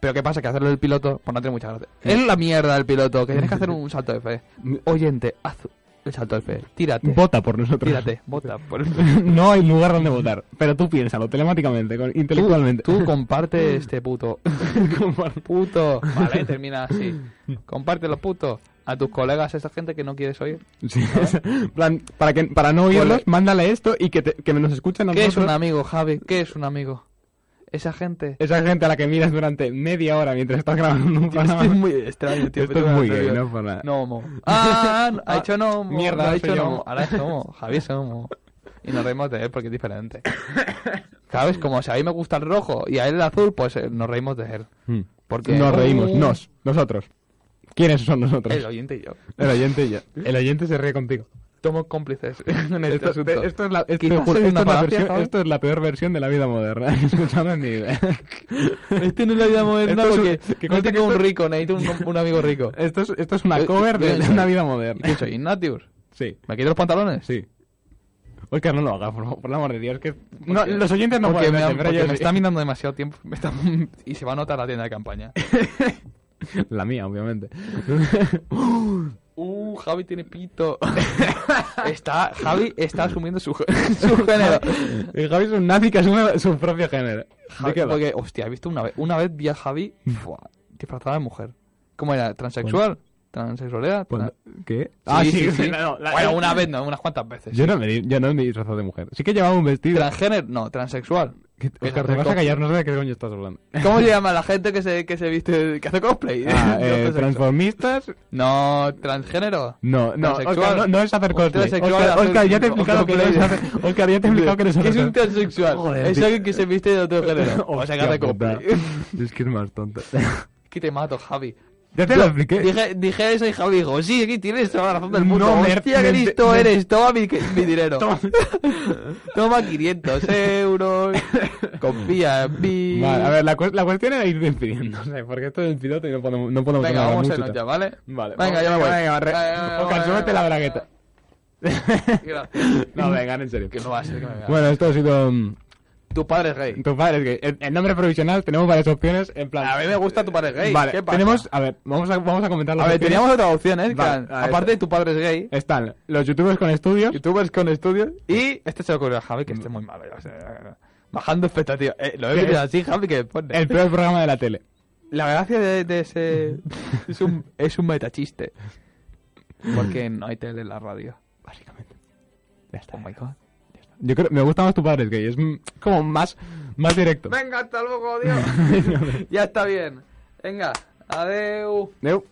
Speaker 1: Pero qué pasa, que hacerlo el piloto, pues no tiene mucha gracia. Es la mierda el piloto, que
Speaker 2: Mm.
Speaker 1: tienes que hacer un salto de fe. Oyente, haz el salto de fe. Tírate,
Speaker 2: Vota por nosotros.
Speaker 1: tírate, vota. por-
Speaker 2: no hay lugar donde votar, pero tú piénsalo telemáticamente, con- intelectualmente.
Speaker 1: Tú comparte este puto.
Speaker 2: Comparte.
Speaker 1: puto. Vale, termina así. Compártelo, puto. A tus colegas, a esa gente que no quieres oír.
Speaker 2: Sí, en plan, para, que, para no oírlos,
Speaker 1: Ponle-
Speaker 2: mándale esto y que, te- que nos escuchen a
Speaker 1: ¿Qué es
Speaker 2: nosotros.
Speaker 1: un amigo, Javi? ¿Qué es un amigo? Esa gente.
Speaker 2: Esa gente a la que miras durante media hora mientras estás grabando un programa.
Speaker 1: extraño,
Speaker 2: Esto es muy gay, no por nada.
Speaker 1: No homo. Ah, ha hecho no homo.
Speaker 2: Mierda,
Speaker 1: no ha
Speaker 2: soy
Speaker 1: hecho
Speaker 2: yo.
Speaker 1: no homo. Ahora es homo. Javi es homo. Y nos reímos de él porque es diferente. ¿Sabes? Como si a mí me gusta el rojo y a él el azul, pues eh, nos reímos de él.
Speaker 2: Mm.
Speaker 1: Porque
Speaker 2: Nos reímos,
Speaker 1: Uh,
Speaker 2: nos, nosotros. ¿Quiénes son nosotros?
Speaker 1: El oyente y yo.
Speaker 2: El oyente y yo. El oyente se ríe contigo.
Speaker 1: Somos cómplices en este
Speaker 2: Esto,
Speaker 1: asunto.
Speaker 2: te- esto es la, esto-
Speaker 1: Quizás
Speaker 2: juro,
Speaker 1: es
Speaker 2: esto
Speaker 1: una
Speaker 2: es la
Speaker 1: falacia,
Speaker 2: versión-
Speaker 1: ¿sabes?
Speaker 2: esto es la peor versión de la vida moderna que he escuchado en mi vida.
Speaker 1: Este no es la vida moderna
Speaker 2: Esto es un-
Speaker 1: porque
Speaker 2: que
Speaker 1: no
Speaker 2: conste que
Speaker 1: tengo un
Speaker 2: esto-
Speaker 1: rico, necesito un, un amigo rico.
Speaker 2: Esto es, esto es una
Speaker 1: Yo-
Speaker 2: cover
Speaker 1: yo
Speaker 2: de,
Speaker 1: ya
Speaker 2: de
Speaker 1: sé.
Speaker 2: una vida
Speaker 1: ¿Y
Speaker 2: moderna.
Speaker 1: ¿Qué soy? ¿Ignatius?
Speaker 2: Sí,
Speaker 1: ¿Me quito los pantalones?
Speaker 2: sí. Oscar, no lo hagas, por, favor, por el amor de Dios. Que... No,
Speaker 1: Porque-
Speaker 2: los oyentes no
Speaker 1: porque
Speaker 2: pueden
Speaker 1: me,
Speaker 2: verte,
Speaker 1: han-
Speaker 2: pero
Speaker 1: porque
Speaker 2: yo
Speaker 1: me
Speaker 2: sí.
Speaker 1: está mirando demasiado tiempo me está- y se va a notar la tienda de campaña.
Speaker 2: La mía, obviamente.
Speaker 1: Uh, Javi tiene pito. está, Javi está asumiendo su, su género.
Speaker 2: Y Javi es un nazi que asume su propio género.
Speaker 1: Javi- porque, hostia, he visto una vez, una vez vi a Javi fuá, disfrazada de mujer. ¿Cómo era? ¿Transexual? ¿Transexualidad? Tra- Ah,
Speaker 2: ¿Qué? Ah,
Speaker 1: Sí, sí, sí. bueno, una vez no, unas cuantas veces.
Speaker 2: Yo no me, di- yo no me disfrazado de mujer. Sí que llevaba un vestido.
Speaker 1: ¿Transgénero? No, transexual.
Speaker 2: Que-
Speaker 1: que
Speaker 2: Oscar,
Speaker 1: hace
Speaker 2: te vas a
Speaker 1: cosplay.
Speaker 2: callar, no sé de qué coño estás hablando.
Speaker 1: ¿Cómo se llama la gente que se, que se viste, que hace cosplay?
Speaker 2: Ah,
Speaker 1: No,
Speaker 2: eh,
Speaker 1: transexual.
Speaker 2: transformistas.
Speaker 1: no, transgénero.
Speaker 2: No, no,
Speaker 1: Transexual.
Speaker 2: Oscar, no, no es hacer
Speaker 1: Un
Speaker 2: cosplay.
Speaker 1: transexual
Speaker 2: Oscar,
Speaker 1: hace
Speaker 2: Oscar, ya te he
Speaker 1: un
Speaker 2: explicado que no es
Speaker 1: cosplay.
Speaker 2: hacer. Oscar, ya te he explicado que no es
Speaker 1: ¿Qué es un
Speaker 2: hacer-
Speaker 1: transexual?
Speaker 2: Joder,
Speaker 1: es
Speaker 2: tío.
Speaker 1: alguien que se viste de otro género. O sea, que hace
Speaker 2: Hostia, puta.
Speaker 1: cosplay.
Speaker 2: Es que es más tonto.
Speaker 1: Que te mato, Javi.
Speaker 2: Ya te lo expliqué.
Speaker 1: Dije, dije eso y Javi dijo, sí, aquí tienes toda la razón del
Speaker 2: No,
Speaker 1: mundo.
Speaker 2: me-
Speaker 1: Hostia,
Speaker 2: me-
Speaker 1: que listo
Speaker 2: me-
Speaker 1: eres. Toma mi, mi dinero.
Speaker 2: Toma.
Speaker 1: Toma 500 euros. Confía en mí.
Speaker 2: Vale, a ver, la, cu- la cuestión era ir despidiendo, o sea, porque esto es el piloto y no podemos, no podemos
Speaker 1: Venga,
Speaker 2: hablar
Speaker 1: vamos a
Speaker 2: mucho y
Speaker 1: irnos
Speaker 2: tal.
Speaker 1: ya, ¿vale?
Speaker 2: Vale,
Speaker 1: Venga,
Speaker 2: vamos.
Speaker 1: ya me voy.
Speaker 2: Venga, re- Oscar,
Speaker 1: venga,
Speaker 2: súbete la
Speaker 1: venga.
Speaker 2: bragueta.
Speaker 1: Gracias.
Speaker 2: no, venga, en serio.
Speaker 1: Que no va a ser que me vea.
Speaker 2: Bueno, esto ha sido mm,
Speaker 1: Tu padre es gay.
Speaker 2: tu padre, es gay. El, el nombre provisional tenemos varias opciones, en plan...
Speaker 1: A mí me gusta tu padre es gay.
Speaker 2: Vale,
Speaker 1: ¿Qué pasa?
Speaker 2: tenemos... A ver, vamos a, vamos a comentar las
Speaker 1: A ver,
Speaker 2: opciones.
Speaker 1: teníamos otra opción, ¿eh? Que
Speaker 2: Vale,
Speaker 1: eran,
Speaker 2: a ver. Eh.
Speaker 1: aparte de tu padre es gay,
Speaker 2: Están los youtubers con estudios.
Speaker 1: youtubers con estudios y este se lo ocurrió a Javi
Speaker 2: Mm.
Speaker 1: que esté muy malo. ya sé, bajando expectativas. Eh, lo he
Speaker 2: Que
Speaker 1: visto
Speaker 2: es
Speaker 1: así, Javi, que pone.
Speaker 2: El peor programa de la tele.
Speaker 1: La gracia de, de ese es un, es un metachiste. Porque no hay tele en la radio.
Speaker 2: Básicamente. Ya está.
Speaker 1: Oh my god.
Speaker 2: Yo creo... Me gusta más tu padre, es gay. Es mm, como más, más directo.
Speaker 1: Venga, hasta luego, Dios. ya está bien. Venga, adeu.
Speaker 2: Deu.